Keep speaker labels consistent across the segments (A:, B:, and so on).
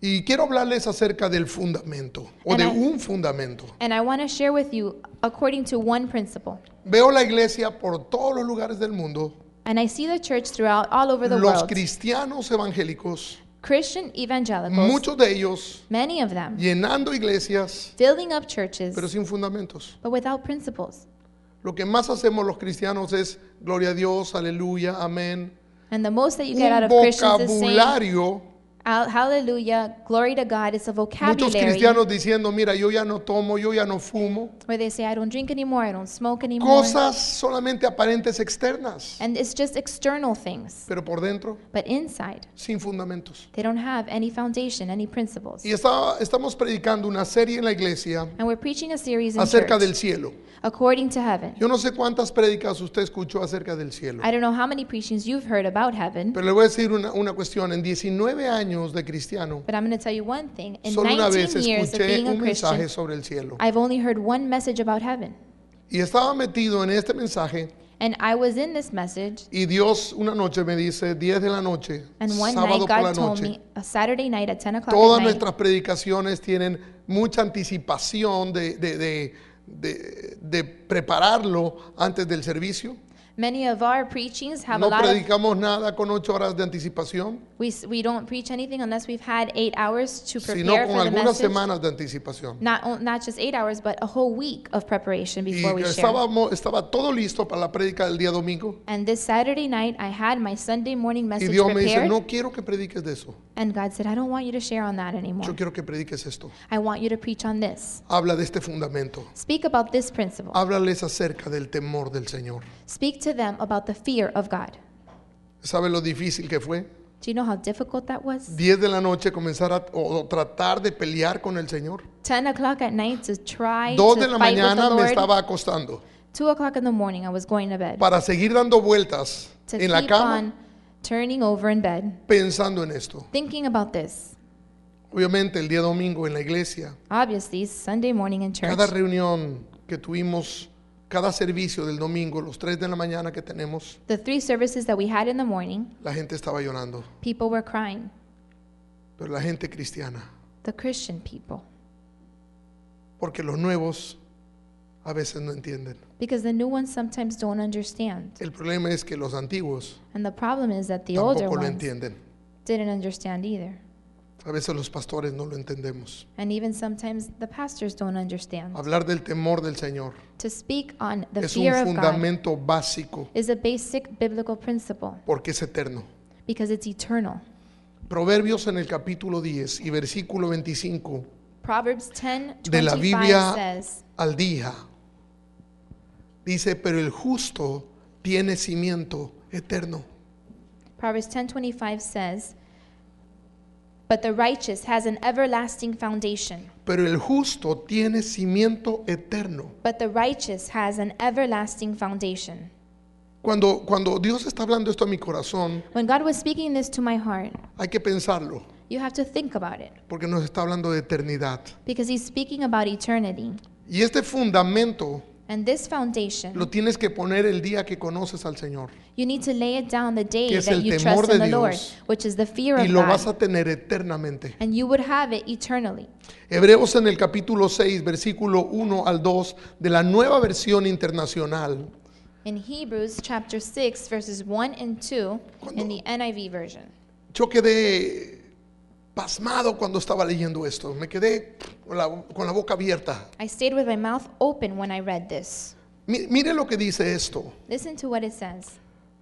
A: Y quiero hablarles acerca del fundamento o
B: And
A: de
B: I-
A: un fundamento.
B: And I want to share with you according to one principle.
A: Veo la iglesia por todos los lugares del mundo,
B: And I see the church throughout all over the
A: los
B: world.
A: cristianos evangélicos,
B: Christian evangelicals,
A: muchos de ellos
B: many of them,
A: llenando iglesias,
B: building up churches,
A: pero sin fundamentos.
B: but without principles.
A: Lo que más hacemos los cristianos es gloria a Dios, aleluya, amén.
B: And the most that you get out
A: Un
B: of Christians is saying,
A: vocabulario.
B: "Al- Hallelujah, glory to God. It's a
A: Muchos
B: vocabulary
A: cristianos diciendo, mira, yo ya no tomo, yo ya no fumo.
B: where they say, I don't drink anymore, I don't smoke anymore.
A: Cosas solamente aparentes externas,
B: And it's just external things.
A: pero por dentro
B: But inside,
A: sin fundamentos.
B: they don't have any foundation, any principles.
A: Y está- estamos predicando una serie en la iglesia
B: And we're preaching a series in
A: acerca
B: church,
A: del cielo.
B: according to heaven.
A: Yo no sé cuántas prédicas usted escuchó acerca del cielo,
B: I don't know how many preachings you've heard about heaven,
A: pero le voy a decir una, una cuestión. En 19 años de cristiano,
B: but I'm going to tell you one thing. In
A: solo una vez
B: 19 years of
A: escuché
B: being a
A: un mensaje
B: Christian,
A: sobre el cielo.
B: I've only heard one message about heaven.
A: Y estaba metido en este mensaje
B: And I was in this message,
A: y Dios una noche me dice, 10 de la noche,
B: and one
A: sábado
B: night
A: por la
B: God told
A: noche,
B: me, a Saturday night at 10 o'clock
A: todas
B: at night,
A: nuestras predicaciones tienen mucha anticipación de, de- de- de- de prepararlo antes del servicio.
B: many of our preachings have a
A: No
B: lot of,
A: predicamos nada con ocho horas de anticipación,
B: we, s- we don't preach anything unless we've had eight hours to
A: sino
B: prepare
A: con
B: for the
A: algunas
B: message.
A: semanas de anticipación.
B: Not, o- not just eight hours, but a whole week of preparation
A: Y
B: before we share.
A: estábamos, estaba todo listo para la prédica del día domingo.
B: And this Saturday night, I had my Sunday morning
A: Y
B: message
A: Dios me dice,
B: prepared,
A: no quiero que prediques de eso,
B: and God said, I don't want you to share on that anymore.
A: yo quiero que prediques esto.
B: I want you to preach on this.
A: Habla de este fundamento,
B: Speak about this principle.
A: háblales acerca del temor del Señor.
B: Speak to them about the fear of God.
A: ¿Sabe lo difícil que fue?
B: Do you know how difficult that was?
A: 10 de la noche comenzar a o, o tratar de pelear con el Señor.
B: 10 o'clock at night to try
A: 2
B: to
A: de la
B: fight
A: mañana me
B: with the Lord.
A: estaba acostando
B: 2 o'clock in the morning, I was going to bed
A: para seguir dando vueltas
B: to
A: en la
B: keep
A: cama
B: on turning over in bed,
A: pensando en esto.
B: thinking about this.
A: Obviamente el día domingo en la iglesia,
B: Obviously, Sunday morning in church,
A: cada reunión que tuvimos, cada servicio del domingo, los 3 de la mañana que tenemos,
B: the three services that we had in the morning,
A: la gente estaba llorando,
B: people were crying.
A: pero la gente cristiana,
B: The Christian people.
A: porque los nuevos a veces no entienden.
B: Because the new ones sometimes don't understand.
A: El problema es que los antiguos
B: And the problem is that the older
A: tampoco lo
B: ones
A: entienden.
B: didn't understand either.
A: A veces los pastores no lo entendemos.
B: And even sometimes the pastors don't understand.
A: Hablar del temor del Señor
B: To speak on the
A: es un
B: fear of God
A: fundamento básico
B: is a basic biblical principle
A: porque es eterno.
B: because it's eternal.
A: Proverbios en el capítulo 10 y versículo 25
B: Proverbs 10
A: de la
B: 25
A: Biblia
B: says,
A: al día dice, pero el justo tiene cimiento eterno.
B: Proverbs 10 25 says, But the righteous has an everlasting foundation.
A: Pero el justo tiene cimiento eterno.
B: But the righteous has an everlasting foundation.
A: Cuando, cuando Dios está hablando esto a mi corazón,
B: When God was speaking this to my heart,
A: hay que pensarlo,
B: you have to think about it
A: porque nos está hablando de eternidad.
B: because He's speaking about eternity.
A: Y este fundamento
B: And this foundation,
A: lo tienes que poner el día que conoces al Señor.
B: you need to lay it down the
A: Que
B: day
A: es el
B: that you
A: temor
B: trust in
A: de
B: the Lord,
A: Dios.
B: which is the fear
A: y
B: of
A: lo vas
B: God.
A: a tener eternamente.
B: And you would have it eternally.
A: Hebreos en el capítulo 6, versículo 1 al 2 de la nueva versión internacional.
B: In Hebrews chapter 6, verses 1 and 2, in the NIV version.
A: Yo quedé pasmado cuando estaba leyendo esto. Me quedé con la, con la boca abierta.
B: I stayed with my mouth open when I read this.
A: Mi- mire lo que dice esto.
B: Listen to what it says.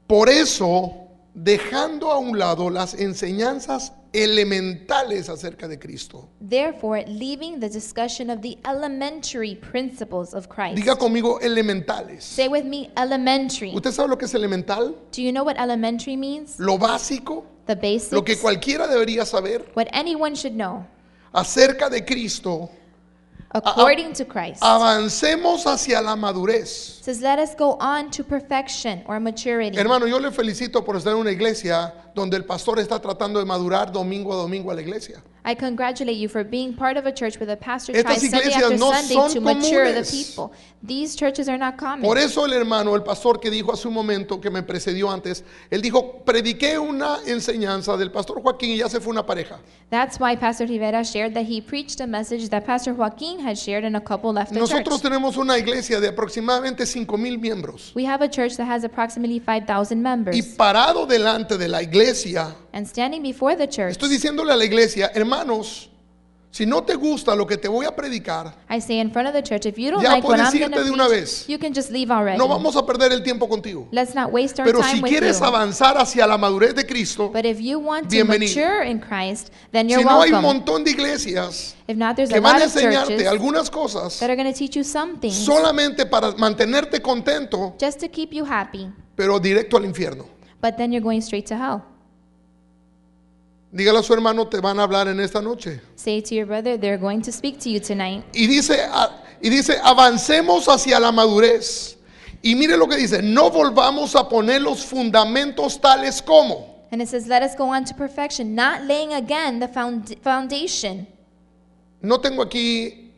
A: Por eso, dejando a un lado las enseñanzas elementales acerca de Cristo.
B: Therefore, leaving the discussion of the elementary principles of Christ.
A: Diga conmigo elementales.
B: Say with me, elementary.
A: ¿Usted sabe lo que es elemental?
B: Do you know what elementary means?
A: Lo básico,
B: The
A: lo que
B: basics.
A: cualquiera debería saber
B: What anyone should know.
A: acerca de Cristo
B: According to Christ.
A: Avancemos hacia la madurez.
B: says, let us go on to perfection or maturity.
A: Hermano, yo le felicito por estar en una iglesia donde el pastor está tratando de madurar domingo a domingo a la iglesia.
B: I congratulate you for being part of a church where the pastor
A: Estas
B: tries Sunday
A: iglesias
B: after
A: no
B: Sunday
A: son
B: to mature the
A: comunes.
B: people. These churches are not common.
A: Por eso el hermano, el pastor que dijo hace un momento, que me precedió antes, él dijo, prediqué una enseñanza del pastor Joaquín y ya se fue una pareja.
B: That's why Pastor Rivera shared that he preached a message that Pastor Joaquin had shared and a couple left the
A: Nosotros
B: church.
A: tenemos una iglesia de aproximadamente 5 mil miembros.
B: We have a church that has approximately 5,000
A: Y
B: members.
A: parado delante de la iglesia,
B: And standing before the church,
A: estoy diciéndole a la iglesia, hermanos, si no te gusta lo que te voy a predicar,
B: I say in front of the church, if you don't
A: Ya
B: like what
A: puedes
B: I'm going
A: irte de una
B: to
A: vez.
B: preach, you can just leave already.
A: no vamos a perder el tiempo contigo.
B: Let's not waste our
A: Pero
B: Pues. time
A: si
B: with
A: quieres
B: you.
A: avanzar hacia la madurez de Cristo,
B: But if you want to
A: Bienvenido.
B: mature in Christ, then you're
A: si no hay un
B: welcome.
A: montón de iglesias
B: if not, there's
A: que
B: a
A: van
B: lot
A: a
B: of churches
A: enseñarte algunas cosas
B: that are going to teach you some things
A: solamente para mantenerte contento,
B: just to keep you happy,
A: pero directo al infierno.
B: but then you're going straight to hell.
A: Dígale a su hermano, te van a hablar en esta noche.
B: Say to your brother, they're going to speak to you tonight.
A: Y dice, a- y dice, avancemos hacia la madurez. Y mire lo que dice, no volvamos a poner los fundamentos tales como.
B: And it says, Let us go on to perfection, not laying again the found- foundation.
A: No tengo aquí,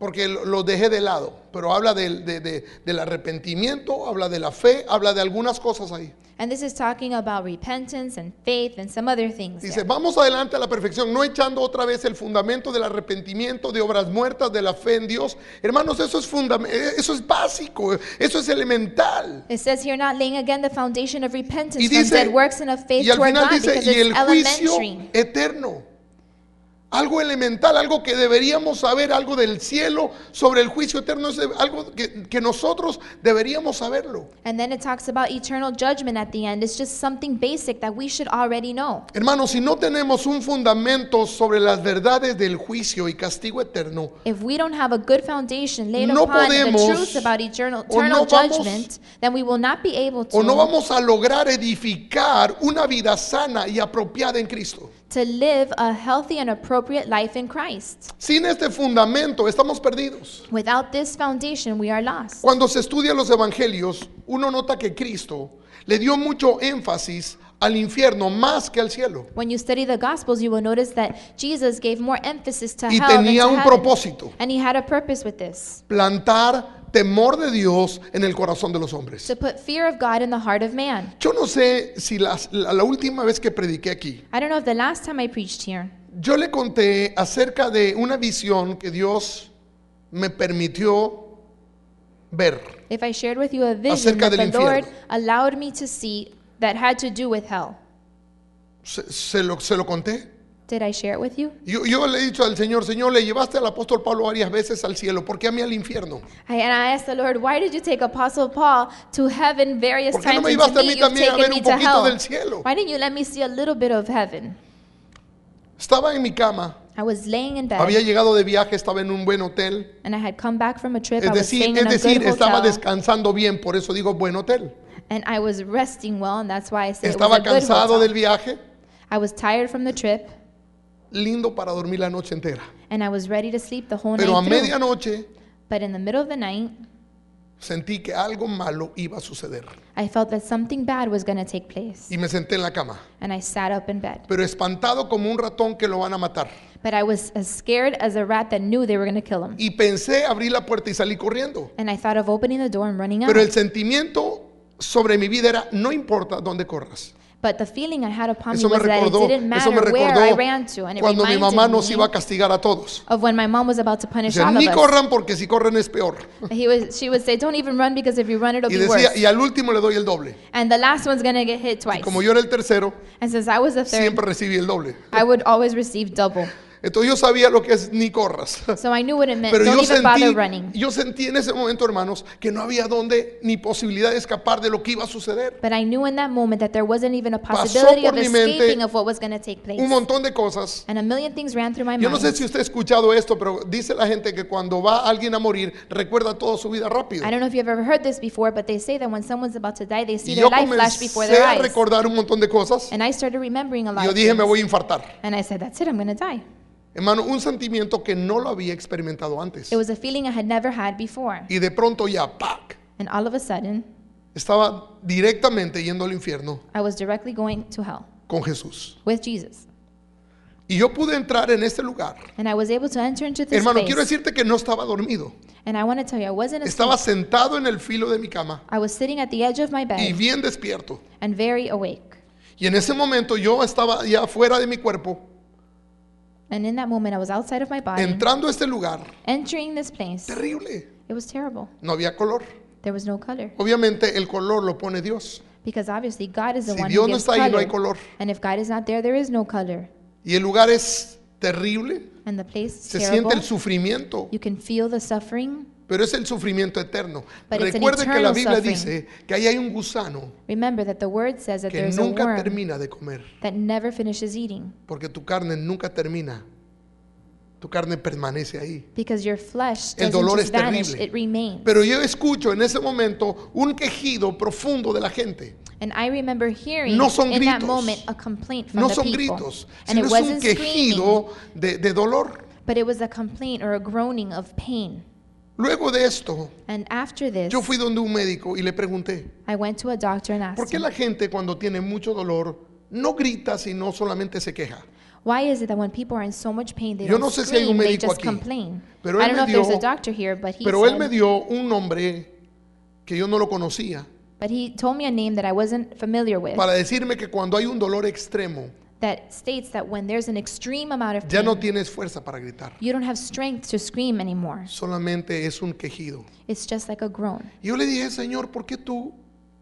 A: porque lo lo dejé de lado, pero habla del, de- de- del arrepentimiento, habla de la fe, habla de algunas cosas ahí.
B: And this is talking about repentance and faith and some other things.
A: Dice,
B: there.
A: vamos adelante a la perfección, no echando otra vez el fundamento del arrepentimiento, de obras muertas, de la fe en Dios. Hermanos, eso es fundam- eh, eso es básico, eso es elemental.
B: It says here, not laying again the foundation of repentance
A: Y
B: from
A: dice,
B: dead works and of faith
A: y al
B: toward
A: final
B: God,
A: dice,
B: because
A: y el
B: it's
A: juicio
B: elementary.
A: eterno. Algo elemental, algo que deberíamos saber, algo del cielo sobre el juicio eterno, es algo que, que nosotros deberíamos saberlo.
B: And then it talks about eternal judgment at the end. It's just something basic that we should already know.
A: Hermanos, si no tenemos un fundamento sobre las verdades del juicio y castigo eterno,
B: If we don't have a good foundation laid
A: No
B: upon
A: podemos,
B: the truth about eternal,
A: o
B: eternal
A: no vamos-
B: judgment, then we will not be able to,
A: o no vamos a lograr edificar una vida sana y apropiada en Cristo.
B: to live a healthy and appropriate life in Christ.
A: Sin este fundamento estamos perdidos.
B: Without this foundation, we are lost.
A: Cuando se estudian los evangelios, uno nota que Cristo le dio mucho énfasis al infierno más que al cielo.
B: When you study the Gospels, you will notice that Jesus gave more emphasis to
A: Y
B: hell than
A: tenía
B: to
A: un
B: heaven.
A: propósito,
B: And he had a purpose with this
A: plantar temor de Dios en el corazón de los hombres.
B: to put fear of God in the heart of man.
A: Yo no sé si las- la, la última vez que prediqué aquí,
B: I don't know if the last time I preached here,
A: yo le conté acerca de una visión que Dios me permitió ver.
B: if I shared with you a vision
A: Acerca
B: that
A: del
B: the Lord
A: infierno.
B: allowed me to see that had to do with hell.
A: Se, se lo, se lo conté.
B: Did I share it with you?
A: Yo, yo le he dicho al Señor, Señor, le llevaste al apóstol Pablo varias veces al cielo, ¿por qué a mí al infierno?
B: I, and I asked the Lord, why did you take Apostle Paul to heaven various
A: ¿Por qué no
B: times?
A: me
B: and
A: llevaste
B: to
A: a mí
B: me, you've
A: también a ver
B: taken me
A: un
B: to
A: poquito
B: hell?
A: del cielo?
B: Why didn't you let me see a little bit of heaven?
A: Estaba en mi cama,
B: I was laying in bed,
A: había llegado de viaje, estaba en un buen hotel.
B: and I had come back from a trip. I
A: Es
B: was
A: decir,
B: staying
A: es
B: in a
A: decir,
B: good
A: estaba
B: hotel,
A: descansando bien, por eso digo buen hotel.
B: and I was resting well, and that's why I said
A: Estaba
B: it was a good
A: cansado
B: hotel.
A: del viaje,
B: I was tired from the trip,
A: lindo para dormir la noche entera.
B: and I was ready to sleep the whole
A: Pero a
B: night through.
A: medianoche
B: But in the middle of the night,
A: sentí que algo malo iba a suceder
B: I felt that something bad was going to take place,
A: y me senté en la cama,
B: and I sat up in bed.
A: pero espantado como un ratón que lo van a matar.
B: But I was as scared as a rat that knew they were going to kill him.
A: Y pensé abrir la puerta y salí corriendo.
B: And I thought of opening the door and running out.
A: Pero el sentimiento sobre mi vida era, no importa dónde corras.
B: But the feeling I had upon me
A: Eso me
B: Ah, was that it
A: recordó,
B: didn't
A: eso me
B: matter where I ran
A: recordó
B: to, and it
A: cuando mi
B: reminded
A: mamá nos
B: me
A: iba a castigar a todos.
B: of when my mom was about to punish
A: Dice,
B: all
A: ni
B: of us.
A: corran porque si corren es peor.
B: He was, she would say, "Don't even run because if you run, it'll
A: Y
B: be
A: decía,
B: worse."
A: y al último le doy el doble.
B: And the last one's gonna get hit twice.
A: Como yo era el tercero,
B: And since I was the third,
A: siempre recibí el doble.
B: I would always receive double.
A: Entonces yo sabía lo que es ni corras.
B: So I knew what it meant.
A: Pero
B: Don't
A: yo
B: even bother
A: sentí,
B: running.
A: yo sentí en ese momento, hermanos, que no había dónde ni posibilidad de escapar de lo que iba a suceder.
B: But I knew in that moment that there wasn't even a possibility of
A: por mi mente
B: escaping of what was gonna take place.
A: Un montón de cosas.
B: And a million things ran through my
A: Yo no sé
B: mind.
A: si usted ha escuchado esto, pero dice la gente que cuando va alguien a morir, recuerda toda su vida rápido.
B: I don't know if you've ever heard this before, but they say that when someone's about to die, they see
A: Y yo
B: their life flash before
A: comencé
B: their
A: a
B: eyes.
A: recordar un montón de cosas.
B: And I started remembering a
A: Y
B: lot.
A: yo
B: of
A: dije, me
B: things.
A: voy a infartar.
B: And I said, that's it, I'm going to die.
A: Hermano, un sentimiento que no lo había experimentado antes.
B: It was a feeling I had never had before.
A: Y de pronto ya, ¡pac!
B: And all of a sudden,
A: estaba directamente yendo al infierno
B: I was directly going to hell
A: con Jesús.
B: with Jesus.
A: Y yo pude entrar en este lugar.
B: And I was able to enter into this
A: Hermano,
B: space.
A: quiero decirte que no estaba dormido.
B: and I want to tell you, I wasn't asleep.
A: Estaba sentado en el filo de mi cama
B: I was sitting at the edge of my
A: y
B: bed
A: bien despierto.
B: and very awake.
A: Y en ese momento yo estaba ya fuera de mi cuerpo,
B: And in that moment, I was outside of my body,
A: entrando a este lugar.
B: entering this place.
A: Terrible.
B: It was terrible.
A: No había color.
B: There was no color.
A: Obviamente el color lo pone Dios.
B: Because obviously, God is the
A: Si
B: one
A: Dios
B: who
A: no
B: gives
A: está ahí, no hay
B: color.
A: color.
B: And if God is not there, there is no color.
A: Y el lugar es terrible.
B: And the place
A: Se
B: is terrible.
A: siente el sufrimiento,
B: You can feel the suffering.
A: pero es el sufrimiento eterno.
B: But it's an
A: Recuerden que la
B: eternal
A: Biblia
B: suffering.
A: dice que ahí hay un gusano
B: Remember that the word says that
A: que
B: there's a
A: nunca
B: worm
A: termina de comer,
B: that never finishes eating
A: porque tu carne nunca termina. Tu carne permanece ahí.
B: because your flesh
A: El
B: doesn't
A: dolor
B: just
A: es
B: vanish,
A: terrible.
B: it remains.
A: Pero yo escucho en ese momento un quejido profundo de la gente.
B: And I remember hearing
A: No son
B: in that
A: gritos.
B: moment a complaint from
A: No
B: the
A: son
B: people.
A: gritos,
B: and
A: sino
B: it
A: es un
B: wasn't screaming,
A: quejido de, de dolor.
B: but it was a complaint or a groaning of pain.
A: Luego de esto,
B: And after this,
A: yo fui donde un médico y le pregunté,
B: I went to a doctor and
A: ¿Por
B: asked
A: qué
B: him,
A: la gente cuando tiene mucho dolor no grita sino solamente se queja?
B: why is it that when people are in so much pain, they
A: Yo
B: don't
A: no sé si hay
B: scream,
A: un
B: they
A: médico
B: just
A: aquí,
B: complain?
A: pero
B: I
A: él
B: don't
A: me
B: know if there's
A: dio-
B: a doctor here, but he,
A: Pero él me
B: said,
A: dio un nombre que yo no lo conocía
B: but he told me a name that I wasn't familiar with
A: para decirme que cuando hay un dolor extremo
B: that states that when there's an extreme amount of
A: ya
B: pain,
A: no tienes fuerza para gritar,
B: You don't have strength to scream anymore.
A: solamente es un quejido.
B: It's just like a groan.
A: Y yo le dije, Señor, ¿por qué tú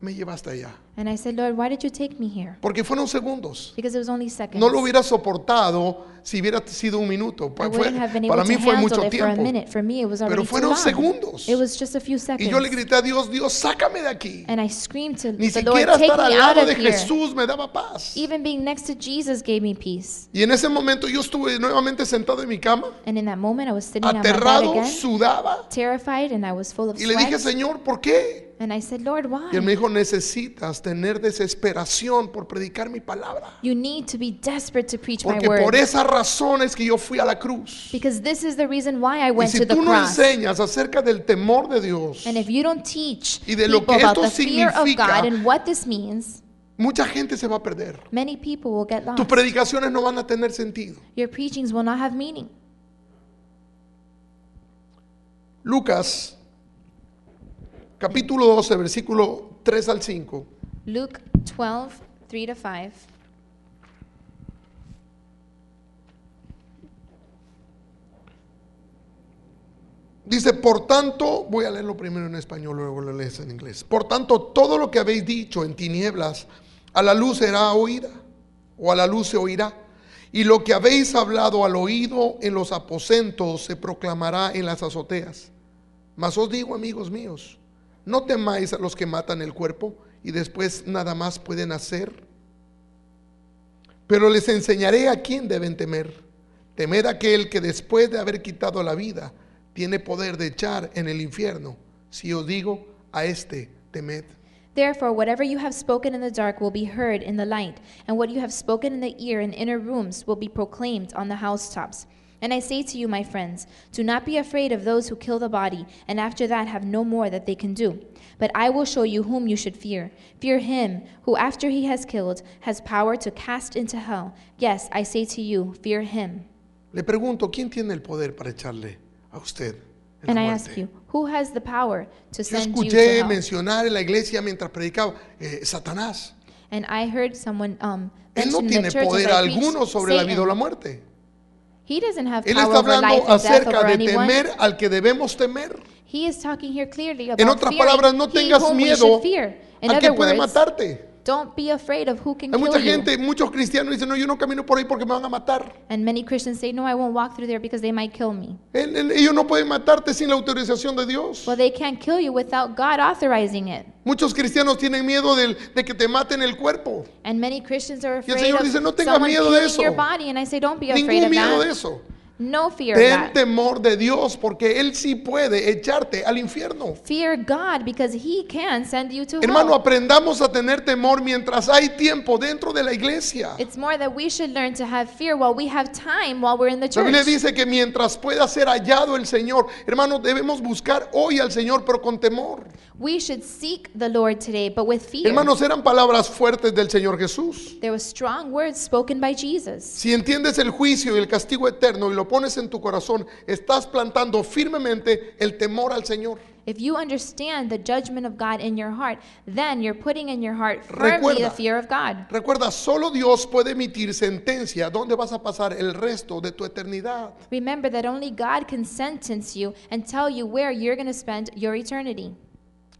A: me llevaste allá?
B: And I said, Lord, why did you take me here?
A: Porque fueron segundos.
B: Because it was only seconds.
A: No lo hubiera soportado si hubiera sido un minuto.
B: I
A: Pa- fue-
B: wouldn't have been able
A: para
B: to
A: mí fue
B: handle
A: mucho
B: it for a
A: tiempo.
B: minute. For me, it was
A: Pero
B: already
A: fueron
B: too long.
A: segundos.
B: It was just a few seconds.
A: Y yo le grité a Dios, Dios, sácame de aquí.
B: and I screamed to
A: Ni
B: the Lord,
A: siquiera
B: take
A: estar
B: me
A: al
B: out
A: lado
B: of
A: de
B: here.
A: Jesús me daba paz.
B: Even being next to Jesus gave me peace.
A: Y en ese momento yo estuve nuevamente sentado en mi cama,
B: And in that moment, I was sitting on my bed
A: aterrado,
B: again,
A: sudaba.
B: terrified, and I was full of
A: Y le dije,
B: sweat.
A: Señor, ¿por qué?
B: and I said, Lord, why?
A: Y él me dijo, necesitas tener desesperación por predicar mi palabra.
B: You need to be desperate to preach my
A: Porque
B: word.
A: por esa razón es que yo fui a la cruz.
B: because this is the reason why
A: Y
B: I went
A: si
B: to the
A: tú no
B: cross.
A: enseñas acerca del temor de Dios,
B: And if you don't teach
A: Y de lo
B: people
A: que
B: about
A: esto
B: the fear of
A: significa-
B: God and what this means,
A: mucha gente se va a perder.
B: many people will get
A: Tus
B: lost.
A: predicaciones no van a tener sentido.
B: Your preachings will not have meaning.
A: Lucas, capítulo 12, versículo 3 al 5.
B: Luke 12, 3 to 5.
A: Dice, por tanto, voy a leerlo primero en español, luego lo lees en inglés. Por tanto, todo lo que habéis dicho en tinieblas, a la luz será oída, o a la luz se oirá. Y lo que habéis hablado al oído en los aposentos se proclamará en las azoteas. Mas os digo, amigos míos, no temáis a los que matan el cuerpo y después nada más pueden hacer. Pero les enseñaré a quién deben temer. Temed aquel que después de haber quitado la vida tiene poder de echar en el infierno. Si os digo, a este temed.
B: Therefore, whatever you have spoken in the dark will be heard in the light, and what you have spoken in the ear in inner rooms will be proclaimed on the housetops. And I say to you, my friends, do not be afraid of those who kill the body, and after that have no more that they can do. But I will show you whom you should fear. Fear him who, after he has killed, has power to cast into hell. Yes, I say to you, fear him.
A: Le pregunto, ¿quién tiene el poder para echarle a usted? en
B: And
A: la
B: I
A: muerte?
B: ask you, who has the power
A: Yo
B: to send you to
A: escuché
B: hell?
A: mencionar en la iglesia mientras predicaba, eh, Satanás.
B: And I heard someone um,
A: Él no
B: mention in the
A: tiene
B: church as
A: poder
B: I preached,
A: alguno sobre la vida o
B: Satan.
A: la muerte.
B: He doesn't have
A: Él
B: power
A: está
B: over life
A: hablando
B: and death
A: acerca
B: over
A: de
B: anyone.
A: temer al que debemos temer.
B: He is talking here clearly about
A: En otras
B: fearing
A: palabras, no
B: he
A: tengas
B: whom we
A: miedo
B: should fear. In
A: al que
B: other
A: puede
B: words,
A: matarte.
B: don't be afraid of who can
A: Hay mucha
B: kill you.
A: gente, muchos cristianos dicen, no, yo no camino por ahí porque me van a matar.
B: And many Christians say, no, I won't walk through there because they might kill me.
A: Él- él- ellos no pueden matarte sin la autorización de Dios.
B: Well, they can't kill you without God authorizing it.
A: Muchos cristianos tienen miedo del- de que te maten el cuerpo.
B: And many Christians are
A: Y el
B: afraid
A: Señor
B: of
A: dice, "No tengas
B: someone
A: miedo de
B: killing your
A: eso."
B: body. And I say, don't be afraid
A: Ningún
B: of
A: miedo
B: that.
A: de eso.
B: No fear
A: Ten
B: God.
A: temor de Dios porque Él sí puede echarte al infierno.
B: Fear God because He can send you to
A: Hermano,
B: hell.
A: aprendamos a tener temor mientras hay tiempo dentro de la iglesia.
B: It's more that we should learn to have fear while we have time while we're in the
A: La Biblia
B: church.
A: dice que mientras pueda ser hallado el Señor, hermano, debemos buscar hoy al Señor, pero con temor.
B: We should seek the Lord today, but with fear.
A: Hermanos, eran palabras fuertes del Señor Jesús.
B: There were strong words spoken by Jesus.
A: Si entiendes el juicio y el castigo eterno y lo pones en tu corazón, estás plantando firmemente el temor al Señor.
B: If you understand the judgment of God in your heart, then you're putting in your heart firmly
A: Recuerda.
B: the fear of God.
A: Recuerda, solo Dios puede emitir sentencia donde vas a pasar el resto de tu eternidad.
B: Remember that only God can sentence you and tell you where you're going to spend your eternity.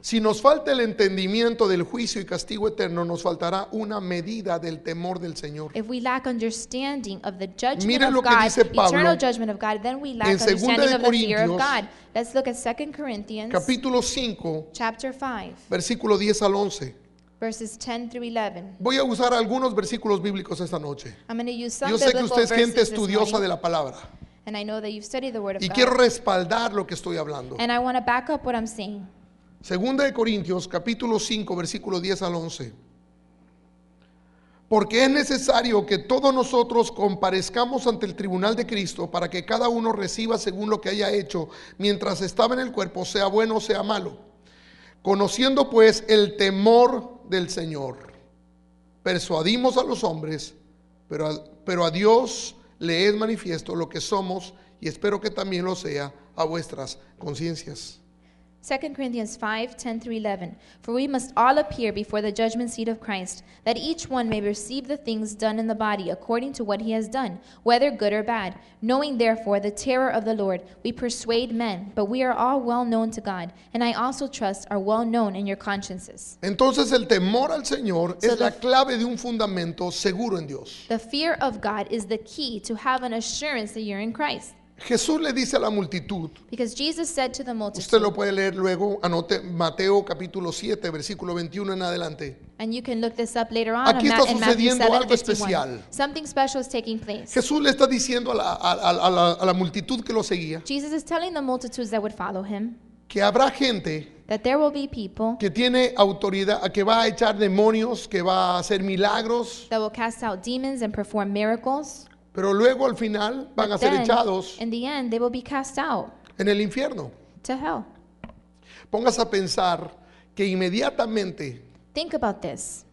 A: Si nos falta el entendimiento del juicio y castigo eterno, nos faltará una medida del temor del Señor.
B: If we lack understanding of the judgment
A: Mira
B: of
A: lo que
B: God,
A: dice Pablo
B: eternal judgment of God, then we lack
A: en Segunda
B: understanding
A: de
B: of the fear
A: Corintios,
B: of God. Let's look at 2 Corinthians
A: Capítulo 5,
B: chapter 5,
A: versículo 10 al 11.
B: verses 10 through 11.
A: Voy a usar algunos versículos bíblicos esta noche.
B: I'm going to use some
A: Yo sé que
B: biblical
A: usted es gente
B: verses this
A: estudiosa
B: morning,
A: de la palabra
B: and I know that you've studied the word of
A: y
B: God.
A: quiero respaldar lo que estoy hablando.
B: And I want to back up what I'm saying.
A: Segunda de Corintios capítulo 5 versículo 10 al 11. Porque es necesario que todos nosotros comparezcamos ante el tribunal de Cristo para que cada uno reciba según lo que haya hecho mientras estaba en el cuerpo, sea bueno o sea malo. Conociendo pues el temor del Señor, persuadimos a los hombres, pero a, pero a Dios le es manifiesto lo que somos y espero que también lo sea a vuestras conciencias.
B: 2 Corinthians 5 10 through 11. For we must all appear before the judgment seat of Christ, that each one may receive the things done in the body according to what he has done, whether good or bad. Knowing therefore the terror of the Lord, we persuade men, but we are all well known to God, and I also trust are well known in your consciences.
A: Entonces el temor al Señor
B: So
A: es la
B: the-
A: clave de un fundamento seguro en Dios.
B: The fear of God is the key to have an assurance that you're in Christ.
A: Jesús le dice a la multitud,
B: Because Jesus said to the
A: usted
B: multitude,
A: lo puede leer luego, anote Mateo capítulo 7, versículo 21 en adelante.
B: and you can look this up later on
A: Aquí
B: in Ma-
A: está
B: in Matthew
A: sucediendo
B: 7,
A: algo especial.
B: Something special is taking place.
A: Jesús le está diciendo a la, a- a- a la- a la multitud que lo seguía
B: Jesus is telling the multitudes that would follow him
A: que habrá gente
B: that there will be people
A: que tiene autoridad, que va a echar demonios, que va a hacer milagros,
B: that will cast out demons and perform miracles.
A: pero luego al final van a
B: but
A: ser
B: then,
A: echados
B: in the end, they will be cast out
A: en el infierno.
B: to hell.
A: Póngase a pensar que inmediatamente
B: Think about this.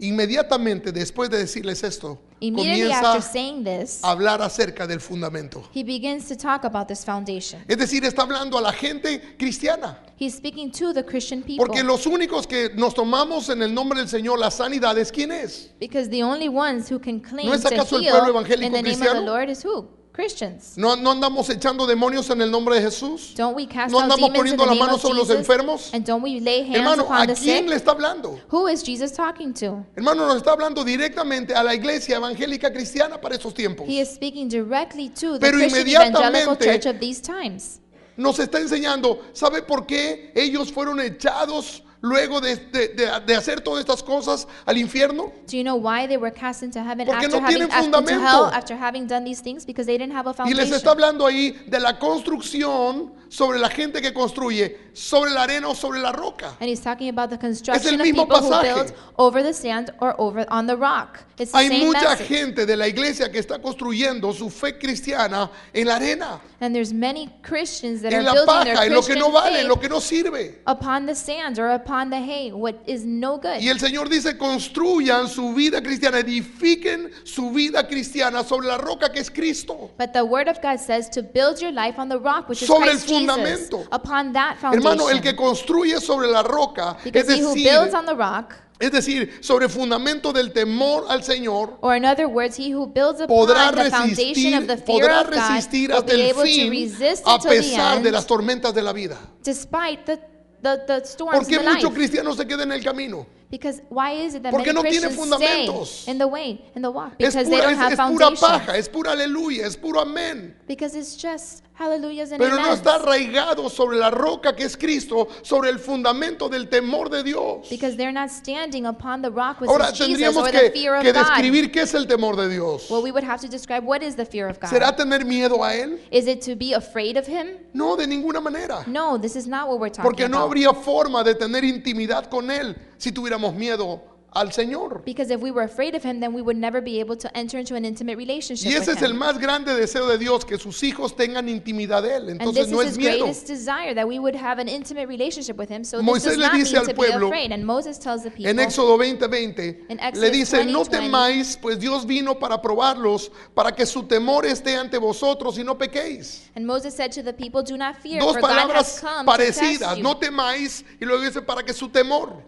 A: Inmediatamente después de decirles esto,
B: Immediately after
A: comienza
B: saying this,
A: a hablar acerca del fundamento.
B: he begins to talk about this foundation.
A: Es decir, está hablando a la gente cristiana.
B: He's speaking to the Christian people
A: Porque los únicos que nos tomamos en el nombre del Señor la sanidad es quién es.
B: because the only ones who can claim
A: ¿No es
B: to
A: acaso el
B: heal
A: pueblo evangélico
B: in the name of
A: cristiano?
B: the Lord is who? Christians.
A: No, no andamos echando demonios en el nombre de Jesús.
B: Don't we cast
A: ¿No
B: out
A: andamos
B: demons in
A: poniendo
B: the
A: la
B: name
A: mano
B: of
A: sobre los
B: Jesus?
A: enfermos?
B: And don't we lay hands
A: Hermano,
B: upon
A: ¿a
B: the sick?
A: quién le está hablando?
B: Who is Jesus talking to?
A: Hermano, nos está hablando directamente a la iglesia evangélica cristiana para esos tiempos.
B: He is speaking directly to the
A: Pero
B: Christian evangelical
A: inmediatamente-
B: church of these times.
A: nos está enseñando, ¿sabe por qué ellos fueron echados luego de, de- de- de hacer todas estas cosas al infierno?
B: Do you know why they were cast into heaven
A: Porque
B: after
A: no
B: having
A: tienen
B: after to hell
A: fundamento.
B: after having done these things because they didn't have a
A: Y
B: foundation.
A: les está hablando ahí de la construcción sobre la gente que construye, sobre la arena o sobre la roca.
B: and he's talking about the construction of
A: mismo
B: people
A: pasaje.
B: who build over the sand or over on the rock. It's the
A: Hay
B: same
A: mucha
B: message.
A: gente de la iglesia que está construyendo su fe cristiana en la arena,
B: And there's many Christians that
A: en
B: are
A: la
B: building their
A: paja, en lo que
B: Christian
A: no vale,
B: faith
A: en lo que no sirve.
B: upon the sand or upon the hay, what is no good.
A: Y el Señor dice, construyan su vida cristiana, edifiquen su vida cristiana sobre la roca que es Cristo.
B: But the word of God says to build your life on the rock, which is
A: Sobre el
B: Christ Jesus,
A: fundamento.
B: upon that foundation.
A: Hermano, el que construye sobre la roca, es
B: because he who
A: decir,
B: builds on the rock,
A: es decir, sobre fundamento del temor al Señor,
B: or in other words, he who builds upon
A: podrá
B: the foundation of the
A: resistir,
B: fear
A: podrá
B: of God
A: resistir
B: will
A: hasta
B: be
A: el
B: able to
A: fin
B: resist
A: a
B: until the
A: pesar
B: end,
A: de las tormentas de la vida.
B: despite the, the, the storms
A: ¿Por
B: in
A: qué
B: life.
A: muchos cristianos se quedan en el camino?
B: Because why is it that
A: Porque
B: many
A: no tiene
B: Christians
A: fundamentos.
B: stay in the way, in the walk?
A: Es
B: Because they
A: pura,
B: don't
A: es-
B: have
A: es pura
B: foundation.
A: paja, es pura aleluya, es puro amén.
B: Because it's just hallelujahs and
A: Pero no
B: amens.
A: está arraigado sobre la roca que es Cristo, sobre el fundamento del temor de Dios.
B: Because they're not standing upon the rock which
A: Ahora
B: is Jesus
A: tendríamos
B: or
A: que,
B: the fear of
A: que
B: God.
A: describir qué es el temor de Dios.
B: Well, we would have to describe what is the fear of God.
A: ¿Será tener miedo a Él?
B: Is it to be afraid of Him?
A: No, de ninguna manera.
B: No, this is not what we're talking
A: Porque no
B: about.
A: habría forma de tener intimidad con Él si tuviéramos miedo al Señor.
B: Because if we were afraid of Him, then we would never be able to enter into an intimate relationship
A: Y ese
B: with
A: es el
B: Him.
A: más grande deseo de Dios, que sus hijos tengan intimidad de Él.
B: And
A: Entonces
B: this
A: no
B: is
A: es
B: His
A: miedo.
B: greatest desire that we would have an intimate relationship with Him. So
A: Moisés
B: this does
A: le
B: not mean
A: dice al
B: to be
A: pueblo,
B: afraid. And Moses tells the people,
A: En Éxodo 20:20
B: En
A: le
B: Éxodo
A: dice, no
B: 20:20.
A: temáis, pues Dios vino para probarlos, para que su temor esté ante vosotros y no pequéis.
B: and Moses said to the people, "Do not fear,
A: Dos
B: for God
A: palabras
B: has come to test
A: parecidas,
B: you."
A: no temáis y luego dice para que su temor.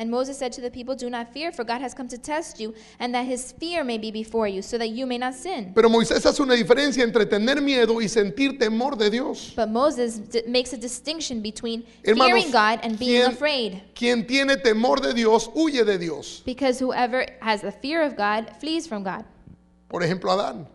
B: And Moses said to the people, Do not fear, for God has come to test you, and that his fear may be before you, so that you may not sin.
A: Pero Moisés hace una diferencia entre tener miedo y sentir temor de Dios.
B: But Moses d- makes a distinction between
A: Hermanos,
B: fearing God and being
A: ¿quién-
B: afraid.
A: Quien tiene temor de Dios huye de Dios.
B: Because whoever has the fear of God flees from God.
A: Por ejemplo, Adán.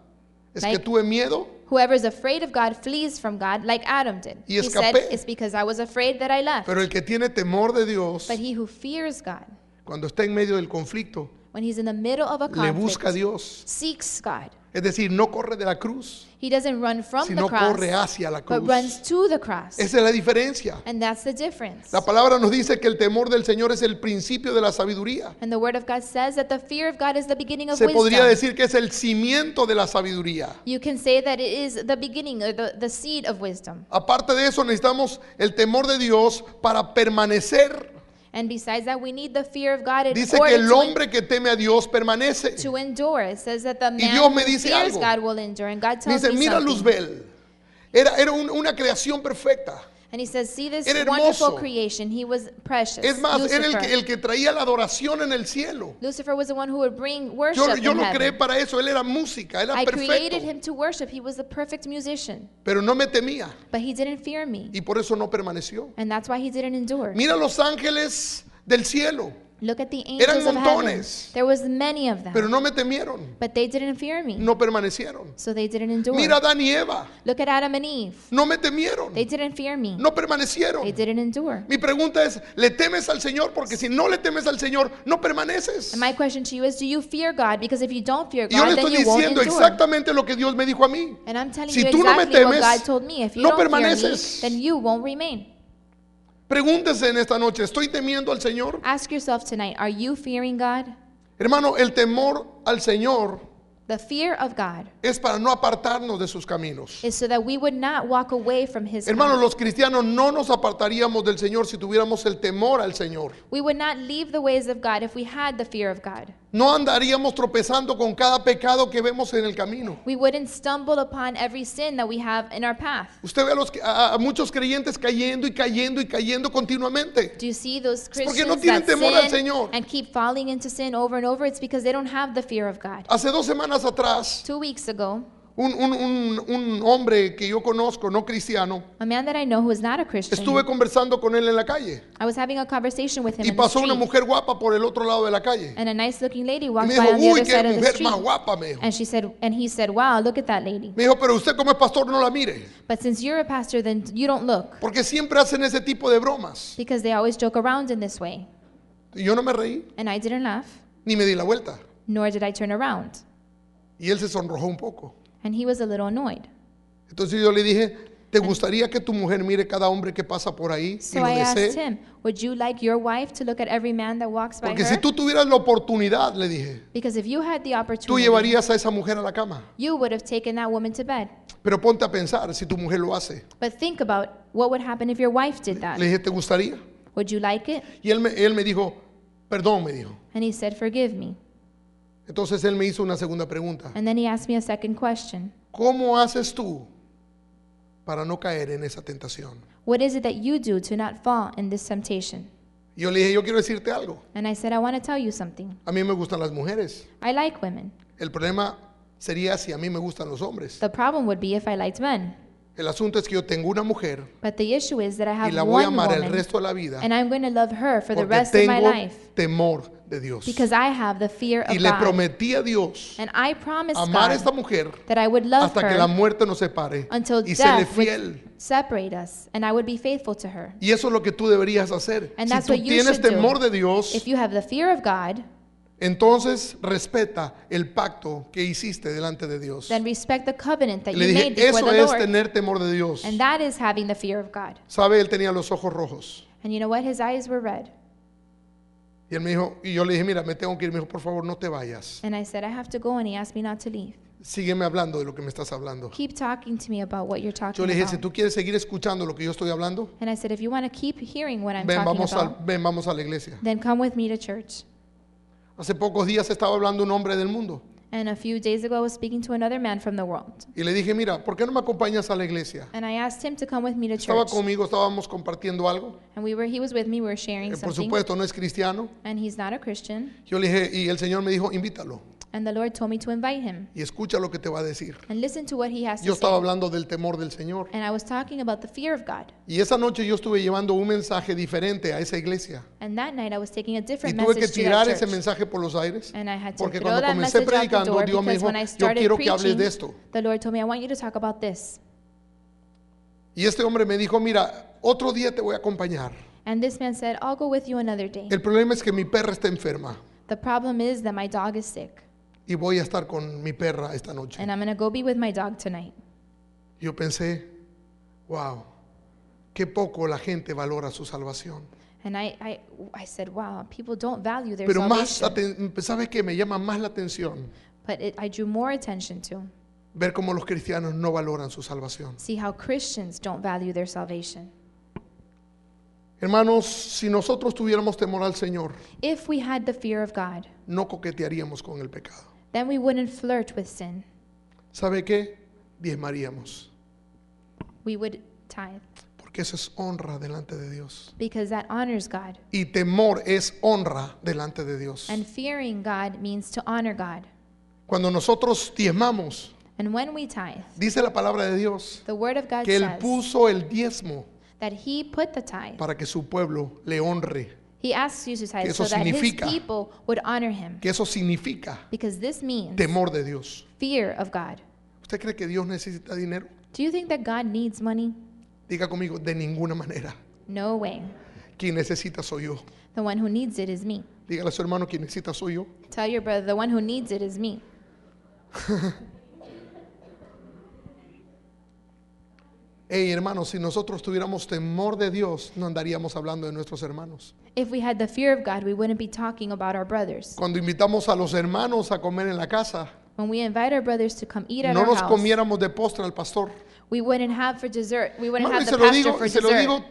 A: Es que
B: Like-
A: tuve miedo
B: Whoever is afraid of God flees from God, like Adam did.
A: Y
B: he said,
A: escapé.
B: It's because I was afraid that I left.
A: Pero el que tiene temor de Dios,
B: but he who fears God,
A: cuando está en medio del conflicto,
B: when he's in the middle of a
A: le busca a
B: conflict,
A: Dios.
B: seeks God.
A: Es decir, no corre de la cruz,
B: He doesn't run from the
A: sino
B: cross,
A: corre hacia la
B: but
A: cruz.
B: runs to the cross.
A: Esa es la diferencia.
B: and that's the difference.
A: La palabra nos dice que el temor del Señor es el principio de la sabiduría.
B: And the word of God says that the fear of God is the beginning of
A: Se podría
B: wisdom.
A: decir que es el cimiento de la sabiduría.
B: you can say that it is the beginning or the, the seed of wisdom.
A: Aparte de eso, necesitamos el temor de Dios para permanecer.
B: And besides that, we need the fear of God in
A: Dice que
B: order
A: el
B: to,
A: hombre que teme a Dios permanece.
B: to endure. It says that the man
A: Dios me
B: who
A: dice
B: fears
A: algo.
B: God will endure. And God tells
A: Dice,
B: me
A: mira a
B: something.
A: Luzbel. Era, era un- una creación perfecta.
B: And he says, see this
A: Era
B: wonderful
A: hermoso.
B: creation. He was precious.
A: Es más, era el
B: Lucifer.
A: que, el que traía la adoración en el cielo.
B: Lucifer was the one who would bring worship
A: Yo, yo
B: in
A: lo
B: heaven.
A: creé para eso. Él era música, era
B: I created
A: perfecto.
B: him to worship. He was the perfect musician.
A: Pero no me temía
B: But he didn't fear me.
A: y por eso no permaneció.
B: And that's why he didn't endure.
A: Mira los ángeles del cielo,
B: Look at the angels of heaven.
A: montones.
B: There was many of them.
A: pero no me temieron,
B: But they didn't fear me,
A: no permanecieron.
B: so they didn't endure.
A: Mira a Adán y Eva,
B: Look at Adam and Eve.
A: no me temieron,
B: They didn't fear me.
A: no
B: They
A: permanecieron.
B: didn't endure.
A: Mi pregunta es, ¿le temes al Señor? Porque si no le temes al Señor, no permaneces.
B: And my question to you is, do you fear God? Because if you don't fear
A: Y yo le
B: God,
A: estoy
B: then you won't
A: diciendo
B: endure.
A: exactamente lo que Dios me dijo a mí.
B: And I'm telling
A: Si
B: you
A: tú no me
B: exactly
A: temes,
B: what God told me. If you
A: no
B: don't fear me,
A: permaneces.
B: then you won't remain.
A: Pregúntese en esta noche, ¿estoy temiendo al Señor?
B: Ask yourself tonight, are you fearing God?
A: Hermano, el temor al Señor
B: The fear of God
A: es para no apartarnos de sus caminos.
B: is so that we would not walk away from his
A: Hermano,
B: path.
A: los cristianos no nos apartaríamos del Señor si tuviéramos el temor al Señor.
B: We would not leave the ways of God if we had the fear of God.
A: No andaríamos tropezando con cada pecado que vemos en el camino.
B: We wouldn't stumble upon every sin that we have in our path.
A: Usted ve a, los, a- a muchos creyentes cayendo y cayendo y cayendo continuamente.
B: Do you see those
A: porque
B: Christians
A: no tienen
B: that
A: temor al
B: sin
A: Señor.
B: and keep falling into sin over and over? It's because they don't have the fear of God.
A: Hace dos semanas atrás,
B: Two weeks ago,
A: un, un- un- un hombre que yo conozco, no cristiano,
B: a man that I know who is not a Christian,
A: estuve conversando con él en la calle.
B: I was having a conversation with him
A: Y
B: in the
A: pasó
B: street,
A: una mujer guapa por el otro lado de la calle.
B: and a nice-looking lady
A: Y
B: walked
A: me
B: by
A: dijo,
B: on the
A: uy,
B: other
A: qué
B: side of the
A: mujer
B: street,
A: más guapa, me dijo.
B: and she said, and he said, "Wow, look at that lady."
A: Me dijo, pero usted como es pastor no la mire,
B: But since you're a pastor, then you don't look
A: porque siempre hacen ese tipo de bromas.
B: because they always joke around in this way.
A: Y yo no me reí,
B: And I didn't laugh,
A: ni me di la vuelta.
B: nor did I turn around,
A: Y él se sonrojó un poco.
B: and he was a little annoyed.
A: Entonces yo le dije, ¿te gustaría que tu mujer mire cada hombre que pasa por ahí y
B: So
A: lo
B: I asked
A: desee?
B: him, "Would you like your wife to look at every man that walks by
A: Porque
B: her?"
A: si tú tuvieras la oportunidad, le dije,
B: Because if you had the
A: tú
B: opportunity,
A: llevarías a esa mujer a la cama.
B: you would have taken that woman to bed.
A: Pero ponte a pensar si tu mujer lo hace.
B: But think about what would happen if your wife did that.
A: Le dije, ¿te gustaría?
B: Would you like it?
A: Y él me, él me dijo, perdón, me dijo.
B: And he said, Forgive me.
A: Entonces él me hizo una segunda pregunta.
B: And then he asked me a second question
A: ¿Cómo haces tú para no caer en esa tentación?
B: What is it that you do to not fall in this temptation?
A: Yo le dije, yo quiero decirte algo.
B: And I said, I want to tell you something.
A: A mí me gustan las mujeres.
B: I like women.
A: El problema sería si a mí me gustan los hombres.
B: The problem would be if I liked men.
A: El asunto es que yo tengo una mujer
B: But the issue is that I
A: y
B: have
A: la voy a
B: one
A: amar el
B: woman,
A: resto de la vida
B: and I'm going to love her for the
A: porque
B: rest of my
A: tengo
B: life
A: temor de Dios.
B: because I have the fear of
A: Y le
B: God.
A: prometí a Dios
B: And I promised
A: amar a esta
B: God
A: mujer
B: that I would love
A: hasta que la
B: her
A: muerte nos separe
B: until
A: y serle
B: death
A: fiel.
B: would separate us, and I would be faithful to her.
A: Y eso es lo que tú deberías hacer.
B: And
A: Si
B: that's
A: tú
B: what you
A: tienes
B: should do.
A: temor de Dios,
B: If you have the fear of God,
A: entonces respeta el pacto que hiciste delante de Dios.
B: then respect the covenant that
A: Y le
B: you made
A: dije,
B: before
A: eso
B: the
A: es
B: Lord.
A: tener temor de Dios.
B: And that is having the fear of God.
A: Sabe, él tenía los ojos rojos.
B: And you know what? His eyes were red.
A: Y él me dijo, y yo le dije, mira, me tengo que ir. Me dijo, por favor, no te vayas.
B: And I said, I have to go. And he asked me not to leave.
A: Sígueme hablando de lo que me estás hablando.
B: Keep talking to me about what you're talking
A: Yo le dije, si
B: about.
A: tú quieres seguir escuchando lo que yo estoy hablando,
B: And I said, if you want to keep hearing what I'm
A: ven,
B: talking
A: vamos,
B: about,
A: al- ven, vamos a la iglesia.
B: then come with me to church.
A: Hace pocos días estaba hablando un hombre del mundo.
B: And a few days ago, I was speaking to another man from the world.
A: Y le dije, mira, ¿por qué no me acompañas a la iglesia?
B: And I asked him to come with me to
A: Estaba
B: church.
A: conmigo, estábamos compartiendo algo.
B: And we were, he was with me, we were sharing
A: Eh, Por
B: something.
A: supuesto, no es cristiano.
B: And he's not a Christian.
A: Yo le dije, y el Señor me dijo, invítalo
B: And the Lord told me to invite him
A: y escucha lo que te va a decir.
B: and listen to what he has
A: Yo
B: to
A: estaba
B: say.
A: hablando del temor del Señor.
B: And I was talking about the fear of God.
A: Y esa noche yo estuve llevando un mensaje diferente a esa iglesia.
B: And that night, I was taking
A: Y
B: a different
A: tuve que
B: message to
A: tirar
B: that
A: ese
B: church.
A: mensaje por los aires.
B: And I had to
A: Porque
B: throw
A: cuando
B: that
A: comencé
B: message out the
A: predicando,
B: door
A: Dios me
B: because
A: dijo,
B: when I
A: yo
B: started
A: quiero que hables
B: preaching,
A: de esto.
B: the Lord told me, I want you to talk about this.
A: Y este hombre me dijo, mira, otro día te voy a acompañar.
B: And this man said, I'll go with you another day.
A: El problema es que mi perra está enferma
B: The problem is that my dog is sick,
A: y voy a estar con mi perra esta noche.
B: and I'm going to go be with my dog tonight.
A: Yo pensé, wow, qué poco la gente valora su salvación.
B: And I, I, I said, wow, people don't value their
A: Pero más,
B: salvation.
A: aten- ¿sabes qué? Me llama más la atención
B: But it, I drew more attention to
A: ver cómo los cristianos no valoran su salvación.
B: see how Christians don't value their salvation.
A: Hermanos, si nosotros tuviéramos temor al Señor,
B: If we had the fear of God,
A: no coquetearíamos con el pecado.
B: then we wouldn't flirt with sin.
A: ¿Sabe qué? Diezmaríamos,
B: We would tithe
A: porque eso es honra delante de Dios.
B: because that honors God.
A: Y temor es honra delante de Dios.
B: And fearing God means to honor God.
A: Cuando nosotros diezmamos,
B: And when we tithe,
A: dice la palabra de Dios
B: the word of God
A: que Él
B: says
A: puso el diezmo
B: that he put the tithe.
A: para que su pueblo le honre.
B: He asks you to
A: Que
B: tithe
A: eso
B: so that his
A: significa-
B: people would honor him.
A: Que eso significa
B: Because this means
A: temor de Dios.
B: fear of God.
A: ¿Usted cree que Dios necesita dinero?
B: Do you think that God needs money?
A: Diga conmigo, de ninguna manera.
B: No way.
A: Quien necesita soy yo.
B: The one who needs it is me.
A: Dígale a su hermano, quien necesita soy yo.
B: Tell your brother, the one who needs it is me.
A: Hey hermanos, si nosotros tuviéramos temor de Dios, no andaríamos hablando de nuestros hermanos.
B: If we had the fear of God, we wouldn't be talking about our brothers.
A: Cuando invitamos a los hermanos a comer en la casa,
B: When we invite our brothers to come eat at
A: no
B: our
A: nos
B: house,
A: comiéramos de postre al pastor.
B: we wouldn't have for dessert. We wouldn't
A: Hermano, y
B: have
A: se
B: the
A: lo
B: pastor
A: digo,
B: for
A: y se lo
B: dessert.
A: digo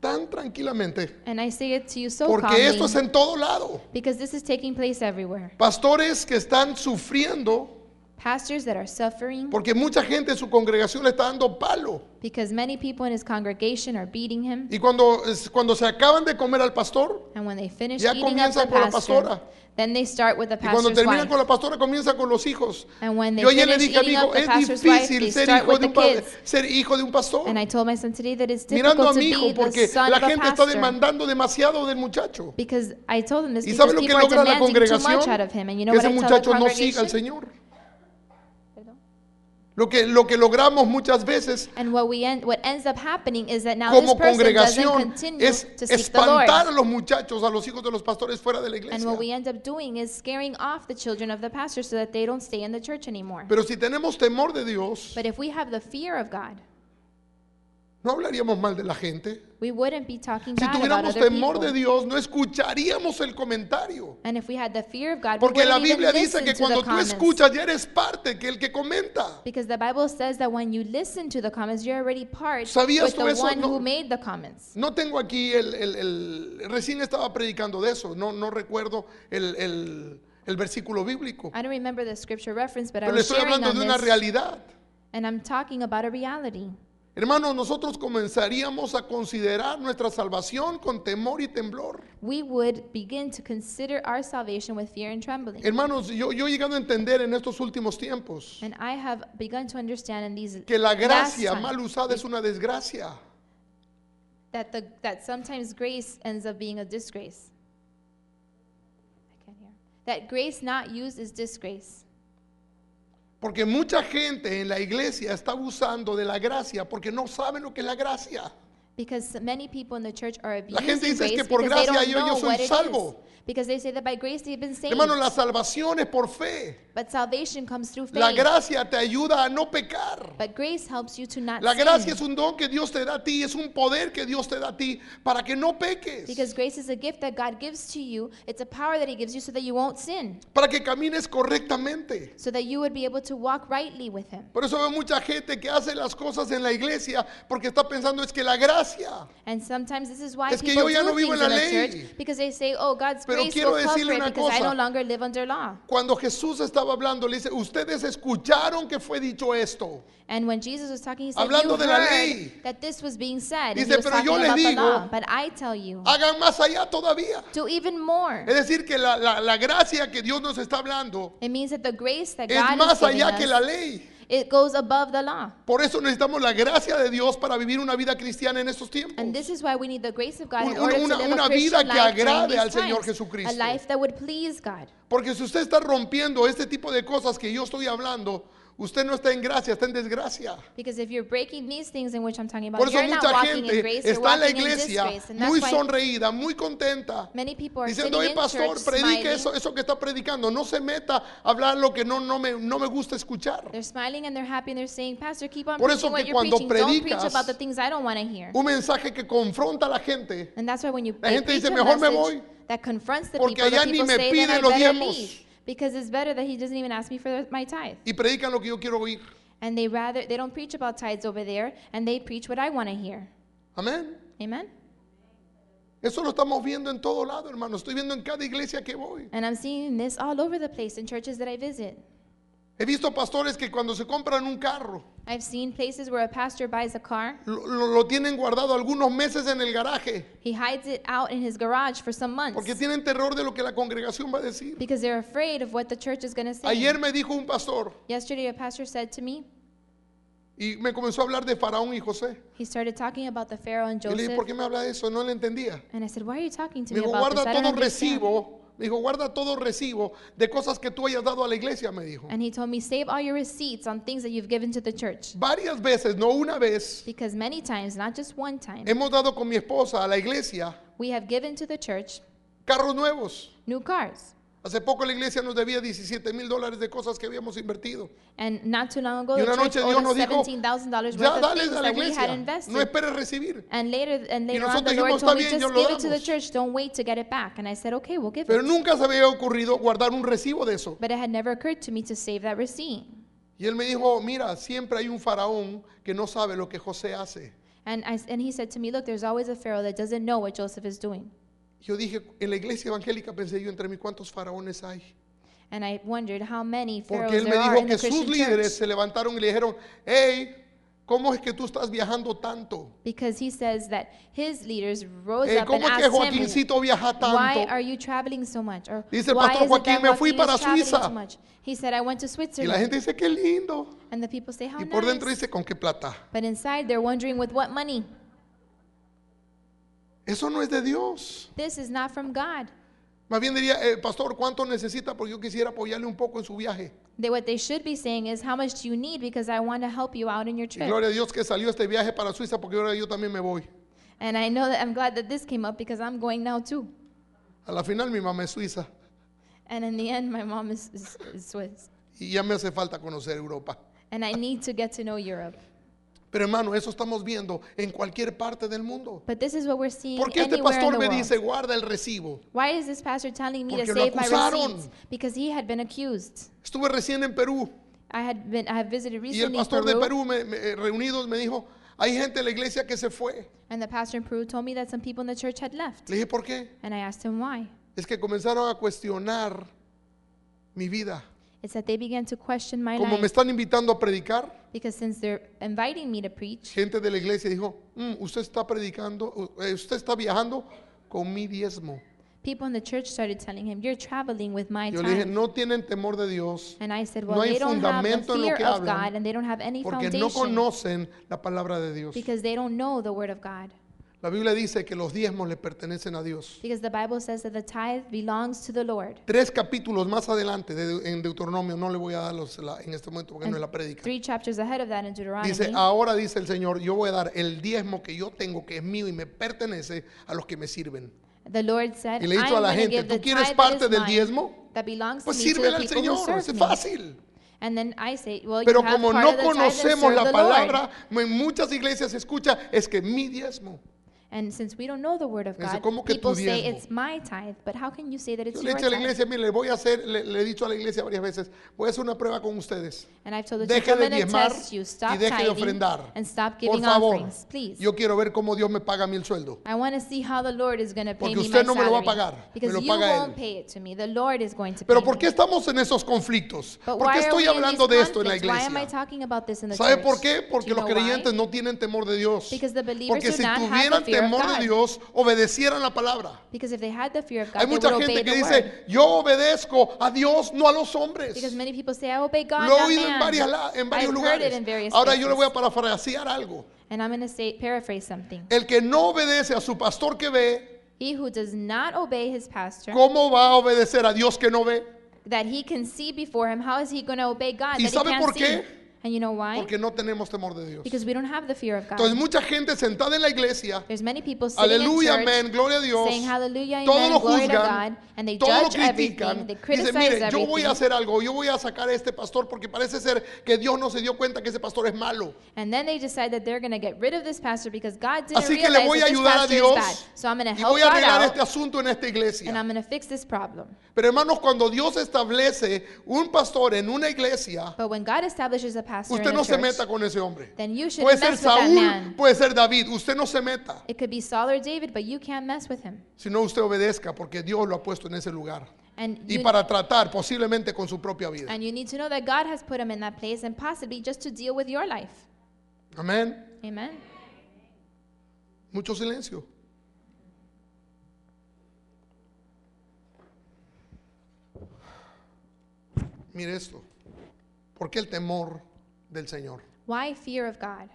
A: tan tranquilamente,
B: and I say it to you so calmly
A: porque esto es en todo lado.
B: because this is taking place everywhere.
A: Pastores que están sufriendo
B: Pastors that are suffering
A: porque mucha gente en su congregación le está dando palo.
B: because many people in his congregation are beating him.
A: Y cuando, es- cuando se acaban de comer al pastor,
B: And when they finish
A: Ya
B: eating up the
A: comienzan con la
B: pastor,
A: pastora.
B: then they start with the
A: y cuando
B: pastor's
A: terminan
B: wife.
A: con la pastora, comienzan con los hijos.
B: And when they
A: Yo ayer le
B: finish
A: dije a mi
B: eating up
A: hijo,
B: the
A: es
B: pastor's wife,
A: difícil
B: they
A: ser
B: start
A: hijo, de
B: with the
A: un pa-
B: kids.
A: ser hijo de un pastor.
B: And I told my son today that it's
A: Mirando a
B: difficult to
A: mi
B: be
A: hijo
B: the
A: porque
B: son
A: la
B: of a
A: gente está
B: pastor.
A: demandando demasiado del muchacho.
B: Because I told him this
A: ¿Y
B: because
A: sabe lo que
B: people are
A: logra la
B: demanding too
A: congregación?
B: much out of him. And you know
A: que
B: what
A: ese
B: I tell the
A: muchacho no siga al
B: congregation?
A: Señor. Lo que, lo que logramos muchas veces
B: And what we end, what ends up happening is that now this
A: como
B: person doesn't
A: congregación
B: continue
A: es
B: to seek the Lord.
A: espantar a los muchachos, a los hijos de los pastores fuera de la
B: And
A: iglesia.
B: what we end up doing is scaring off the children of the pastor so that they don't stay in the church anymore.
A: Pero si tenemos temor de Dios,
B: But if we have the fear of God,
A: no hablaríamos mal de la gente.
B: we wouldn't be talking
A: Si
B: bad about
A: tuviéramos
B: other
A: temor de
B: people.
A: Dios, no escucharíamos el comentario.
B: And if we had the fear of God,
A: Porque
B: we
A: la
B: wouldn't
A: Biblia
B: even
A: dice
B: listen
A: que
B: to
A: cuando
B: the
A: tú
B: comments.
A: escuchas ya eres parte, que el que comenta.
B: Because the Bible says that when you listen to the comments, you're already part
A: ¿Sabías
B: with
A: tú
B: the
A: eso?
B: one
A: No.
B: who made the comments.
A: No tengo aquí el, el- el- recién estaba predicando de eso, no, no recuerdo el, el- el versículo bíblico,
B: I don't remember the scripture reference, but I
A: pero le
B: was
A: estoy
B: sharing
A: hablando de
B: on
A: una
B: this,
A: realidad.
B: and I'm talking about a reality.
A: Hermanos, nosotros comenzaríamos a considerar nuestra salvación con temor y temblor.
B: we would begin to consider our salvation with fear and trembling.
A: Hermanos, yo, yo he llegado a entender en estos últimos tiempos
B: And I have begun to understand in these
A: que la
B: last
A: gracia
B: time
A: mal usada es una desgracia.
B: that the that sometimes grace ends up being a disgrace. I can't hear. That grace not used is disgrace.
A: Porque mucha gente en la iglesia está abusando de la gracia porque no saben lo que es la gracia.
B: Because many people in the church are
A: La
B: abusing
A: gente dice, "Es
B: grace
A: que por
B: because they
A: gracia
B: don't
A: yo- yo
B: know
A: soy
B: what it is."
A: salvo.
B: Because they say that by grace they've been saved.
A: Hermanos, la salvación es por fe.
B: but salvation comes through faith.
A: La gracia te ayuda a no pecar.
B: but grace helps you to not
A: La gracia es
B: sin.
A: un don que Dios te da a ti, es un poder que Dios te da a ti para que no
B: Because
A: peques,
B: grace is a gift that God gives to you. It's a power that He gives you so that you won't sin,
A: para que camines correctamente.
B: so that you would be able to walk rightly with Him.
A: Por eso veo mucha gente que hace las cosas en la iglesia porque está pensando es que la gracia.
B: And sometimes this is why
A: Es que
B: people
A: yo ya
B: do
A: no vivo
B: things
A: en
B: in
A: la
B: the
A: ley.
B: church because they say, "Oh, God's
A: Pero
B: grace
A: quiero
B: will cover
A: decirle
B: it
A: una
B: because I
A: cosa.
B: no longer live under law."
A: Cuando Jesús estaba hablando, le dice, ustedes escucharon que fue dicho esto.
B: And when Jesus was talking, he said,
A: Hablando
B: "You
A: de la
B: heard
A: ley.
B: that this was being said." and
A: Dice,
B: he was
A: "Pero
B: talking
A: yo le
B: about the
A: digo-
B: law, but I tell you,
A: Hagan más allá todavía.
B: do even more.
A: Es decir, que la, la- la gracia que Dios nos está hablando
B: It means that the grace that
A: es
B: God is
A: más
B: giving
A: allá que la
B: us,
A: ley.
B: it goes above the law.
A: Por eso necesitamos la gracia de Dios para vivir una vida cristiana en estos tiempos.
B: And this is why we need the grace of God
A: Un-
B: in order
A: una-
B: to live
A: una
B: a
A: vida
B: Christian
A: que
B: life during
A: agrade
B: these
A: al Señor
B: times,
A: Jesucristo.
B: a life that would please God.
A: Porque si usted está rompiendo este tipo de cosas que yo estoy hablando, usted no está en gracia, está en desgracia.
B: Because if you're breaking these things in which I'm talking about,
A: Por eso
B: you're not
A: mucha
B: walking in
A: gente
B: grace, you're
A: está en la
B: walking in
A: iglesia
B: disgrace. And
A: muy
B: that's why
A: sonreída, muy contenta,
B: many people are sitting
A: diciendo, hey
B: in
A: pastor,
B: church
A: predique eso,
B: smiling.
A: eso que está predicando, no se meta a hablar lo que no, no, me, no me gusta escuchar.
B: They're smiling and they're happy and they're saying, Pastor, keep on
A: Por eso
B: preaching what
A: que
B: you're
A: cuando
B: preaching. Don't preach
A: predicas-
B: about the things I don't want to hear.
A: Un mensaje que confronta a la gente.
B: And that's why when you
A: La
B: they
A: gente
B: preach
A: dice,
B: a
A: "Mejor me
B: message
A: voy,
B: that confronts the
A: porque
B: people,
A: allá
B: the
A: ni
B: people
A: me
B: say,
A: piden
B: then I
A: los
B: better
A: diezmos."
B: leave. Because it's better that he doesn't even ask me for my tithe.
A: Y predican lo que yo quiero oír.
B: And they rather, they don't preach about tithes over there, and they preach what I want to hear.
A: Amén.
B: Amen?
A: Eso lo estamos viendo en todo lado, hermano. Estoy viendo en cada iglesia que voy.
B: And I'm seeing this all over the place in churches that I visit.
A: He visto pastores que cuando se compran un carro,
B: I've seen places where a pastor buys a car,
A: lo, lo- lo tienen guardado algunos meses en el garaje
B: he hides it out in his garage for some months
A: porque tienen terror de lo que la congregación va a decir.
B: because they're afraid of what the church is going to say.
A: Ayer me dijo un pastor
B: Yesterday, a pastor said to me,
A: y me comenzó a hablar de Faraón y José.
B: he started talking about the Pharaoh and
A: Y le dije,
B: Joseph.
A: ¿por qué me habla de eso? No le entendía.
B: And I said, Why are you talking to
A: Me
B: me
A: dijo,
B: about this?
A: guarda
B: I don't
A: todo
B: understand."
A: recibo. Me dijo, guarda todo recibo de cosas que tú hayas dado a la iglesia, me dijo.
B: And he told me, Save all your receipts on things that you've given to the church.
A: Varias veces, no una vez,
B: Because many times, not just one time,
A: hemos dado con mi esposa a la iglesia
B: we have given to the church
A: carros nuevos.
B: new cars.
A: Hace poco la iglesia nos debía 17 mil dólares de cosas que habíamos invertido.
B: And not too long ago,
A: Y
B: the
A: una
B: church
A: noche Dios
B: owed
A: nos
B: us
A: dijo,
B: $17,000 worth
A: ya
B: of
A: dales
B: things
A: a la
B: that we had
A: iglesia,
B: invested.
A: no esperes recibir.
B: and later, and later on,
A: nosotros
B: the
A: dijimos,
B: Lord told me,
A: "Está bien,
B: just
A: yo lo
B: give it to the
A: damos."
B: church. Don't wait to get it back. And I said, okay, we'll give
A: Pero
B: it.
A: nunca se había ocurrido guardar un recibo de eso.
B: But it had never occurred to me to save that receipt.
A: Y él me dijo, mira, siempre hay un faraón que no sabe lo que José hace.
B: And, I, and he said to me, look, there's always a Pharaoh that doesn't know what Joseph is doing.
A: Yo dije, en la iglesia evangélica pensé yo entre mí cuántos faraones hay.
B: And I wondered how many Pharaohs
A: Porque él
B: there
A: me
B: are
A: dijo
B: in the
A: que sus
B: Christian church.
A: líderes se levantaron y le dijeron, hey, ¿cómo es que tú estás viajando tanto?
B: Because he says that his leaders rose
A: Hey,
B: up and
A: Eh, ¿Cómo es que
B: asked him,
A: Joaquincito viaja
B: why
A: tanto?
B: are you traveling so much? Or
A: Dice el
B: why
A: pastor
B: is it that
A: Joaquín, "Me fui
B: Joaquín
A: para
B: is traveling
A: Suiza."
B: so much? He said, I went to
A: Y la
B: Switzerland.
A: gente dice, qué lindo.
B: And the people say, how
A: Y por dentro
B: nice.
A: dice, ¿con qué plata?
B: But inside, they're wondering with what money?
A: Eso no es de Dios.
B: This is not from God.
A: Más bien diría, "Eh, pastor, ¿cuánto necesita? Porque yo quisiera apoyarle un poco en su viaje.
B: They, what they should be saying is, how much do you need? Because I want to help you out in your
A: Y
B: trip.
A: gloria a Dios que salió este viaje para Suiza porque ahora yo también me voy.
B: And I know that I'm glad that this came up because I'm going now too.
A: A la final mi mamá es suiza
B: And in the end, my mom is, is, is Swiss.
A: y ya me hace falta conocer Europa.
B: And I need to get to know Europe.
A: Pero hermano, eso estamos viendo en cualquier parte del mundo.
B: But this is what we're seeing
A: Porque este
B: anywhere in
A: pastor
B: the
A: me
B: world.
A: dice, guarda el recibo.
B: Why is this pastor telling me to
A: Porque lo
B: save my
A: acusaron.
B: receipts? Because he had been accused.
A: Estuve recién en Perú
B: I had been I have visited
A: y el
B: recently
A: pastor de
B: Peru,
A: Perú me- me- eh, reunidos me dijo, hay gente en la iglesia que se fue.
B: and the pastor in Peru told me that some people in the church had left.
A: Le dije, ¿por qué?
B: And I asked him why.
A: Es que comenzaron a cuestionar mi vida.
B: It's that they began to question my
A: Como me
B: life
A: están invitando a predicar,
B: because since they're inviting me to preach,
A: gente de la iglesia dijo, "Mm, usted está predicando, u- eh, usted está viajando con mi diezmo.
B: people in the church started telling him, "You're traveling with my
A: Yo le dije,
B: time."
A: no tienen temor de Dios
B: And I said,
A: no
B: "Well,
A: hay
B: they don't have a
A: fundamento en lo
B: fear
A: que
B: of
A: hablan,
B: God, and they don't have any
A: porque no
B: foundation
A: conocen la palabra de Dios.
B: because they don't know the word of God."
A: La Biblia dice que los diezmos le pertenecen a Dios.
B: Because the Bible says that the tithe belongs to the Lord.
A: Tres capítulos más adelante de Deu- en Deuteronomio, no le voy a dar los- la- en este momento porque no es la prédica.
B: Three chapters ahead of that in Deuteronomy.
A: Dice, "Ah, ahora dice el Señor, yo voy a dar el diezmo que yo tengo, que es mío y me pertenece a los que me sirven.
B: The Lord said,
A: Y le he dicho
B: "I'm
A: a la
B: gonna
A: gente,
B: give the
A: ¿tú quieres
B: tithe
A: parte
B: that is
A: del
B: mine,
A: diezmo?
B: That belongs
A: Pues
B: to me, to the
A: sírvele al
B: people who
A: Señor,
B: serve
A: es
B: me."
A: fácil.
B: And then I say, well,
A: Pero
B: you have
A: como
B: part
A: no
B: of the tithe and
A: conocemos
B: serve
A: la
B: the Lord.
A: palabra, en muchas iglesias se escucha, es que mi diezmo.
B: And since we don't know the word of
A: Dice,
B: God,
A: "¿Cómo que tu
B: people say
A: diezmo?"
B: it's my tithe, but how can you say that it's
A: Yo le he
B: your
A: dicho a la
B: tithe?
A: iglesia, mire, le voy a hacer, le, le he dicho a la iglesia varias veces, voy a hacer una prueba con ustedes.
B: And I've told the church,
A: Deje
B: I'm
A: de
B: going to
A: diezmar
B: test you.
A: y
B: Stop
A: deje de
B: tithing
A: ofrendar.
B: and stop
A: Por
B: giving
A: favor,
B: offerings, please.
A: yo quiero ver cómo Dios me paga a mí el sueldo.
B: I want to see how the Lord is going to pay
A: Porque
B: me
A: usted
B: my
A: no me lo va a
B: salary.
A: pagar, me
B: because
A: lo
B: you
A: paga él.
B: won't pay it to me. The Lord is going to
A: Pero
B: pay
A: ¿por qué
B: me.
A: estamos en esos conflictos?
B: But
A: ¿Por
B: why
A: qué
B: are
A: estoy
B: we in
A: hablando
B: these
A: de esto en la
B: conflicts? Why am I
A: iglesia?
B: talking about this in the
A: ¿Sabe
B: church?
A: por qué?
B: Do you
A: Porque los
B: know why?
A: creyentes no tienen temor de Dios.
B: Because the believers
A: Porque
B: do
A: si
B: not have the
A: tuvieran
B: fear of
A: temor de
B: God.
A: Dios, obedecieran la palabra.
B: Because if they had the fear of God,
A: Hay
B: they
A: mucha
B: would obey
A: gente que
B: the word.
A: dice, yo obedezco a Dios, no a los hombres.
B: Because many people say, I obey God,
A: Lo he
B: not
A: oído en,
B: man.
A: varias la- en varios
B: I've heard it in
A: lugares.
B: various
A: Ahora yo le
B: places.
A: voy a parafrasear algo.
B: And I'm going to say, paraphrase something.
A: El que no obedece a su pastor que ve,
B: He who does not obey his pastor,
A: ¿cómo va a obedecer a Dios que no ve?
B: that he can see before him, how is he going to obey God
A: ¿Y
B: that
A: sabe
B: he can't
A: por qué?
B: see? And you know why?
A: Porque no tenemos temor de Dios.
B: because we don't have the fear of God.
A: Entonces mucha gente sentada en la iglesia,
B: There's many people sitting
A: aleluya,
B: in church
A: amén, gloria a Dios,
B: saying hallelujah,
A: todo
B: amen,
A: lo
B: glory to
A: juzgan,
B: God, and they
A: todo lo
B: judge everything,
A: critican,
B: they
A: dicen,
B: criticize
A: mire, yo
B: everything,
A: voy a hacer algo, yo voy a sacar a este pastor porque parece ser que Dios no se dio cuenta que ese pastor es malo.
B: and then they decide that they're going to get rid of this pastor because God didn't
A: Así que
B: realize
A: le voy a
B: that this
A: ayudar a
B: pastor
A: Dios
B: is bad. So I'm going to
A: y
B: help
A: voy a
B: God
A: arreglar
B: out,
A: este asunto en esta
B: and
A: iglesia.
B: I'm going to fix this problem.
A: Pero hermanos, cuando Dios establece un pastor en una iglesia,
B: But when God establishes a pastor
A: usted
B: in
A: no
B: a
A: se
B: church,
A: meta con ese hombre.
B: then you
A: Puede
B: shouldn't
A: ser
B: mess with that
A: Saúl,
B: man.
A: puede ser David, usted no se meta,
B: It could be Saul or David, but you can't mess with him.
A: sino usted obedezca porque Dios lo ha puesto en ese lugar.
B: And
A: y
B: you,
A: para tratar posiblemente con su propia vida.
B: and you need to know that God has put him in that place and possibly just to deal with your life.
A: Amén.
B: Amen.
A: Mucho silencio. Mire esto. ¿Por qué el temor del Señor?
B: Why fear of God?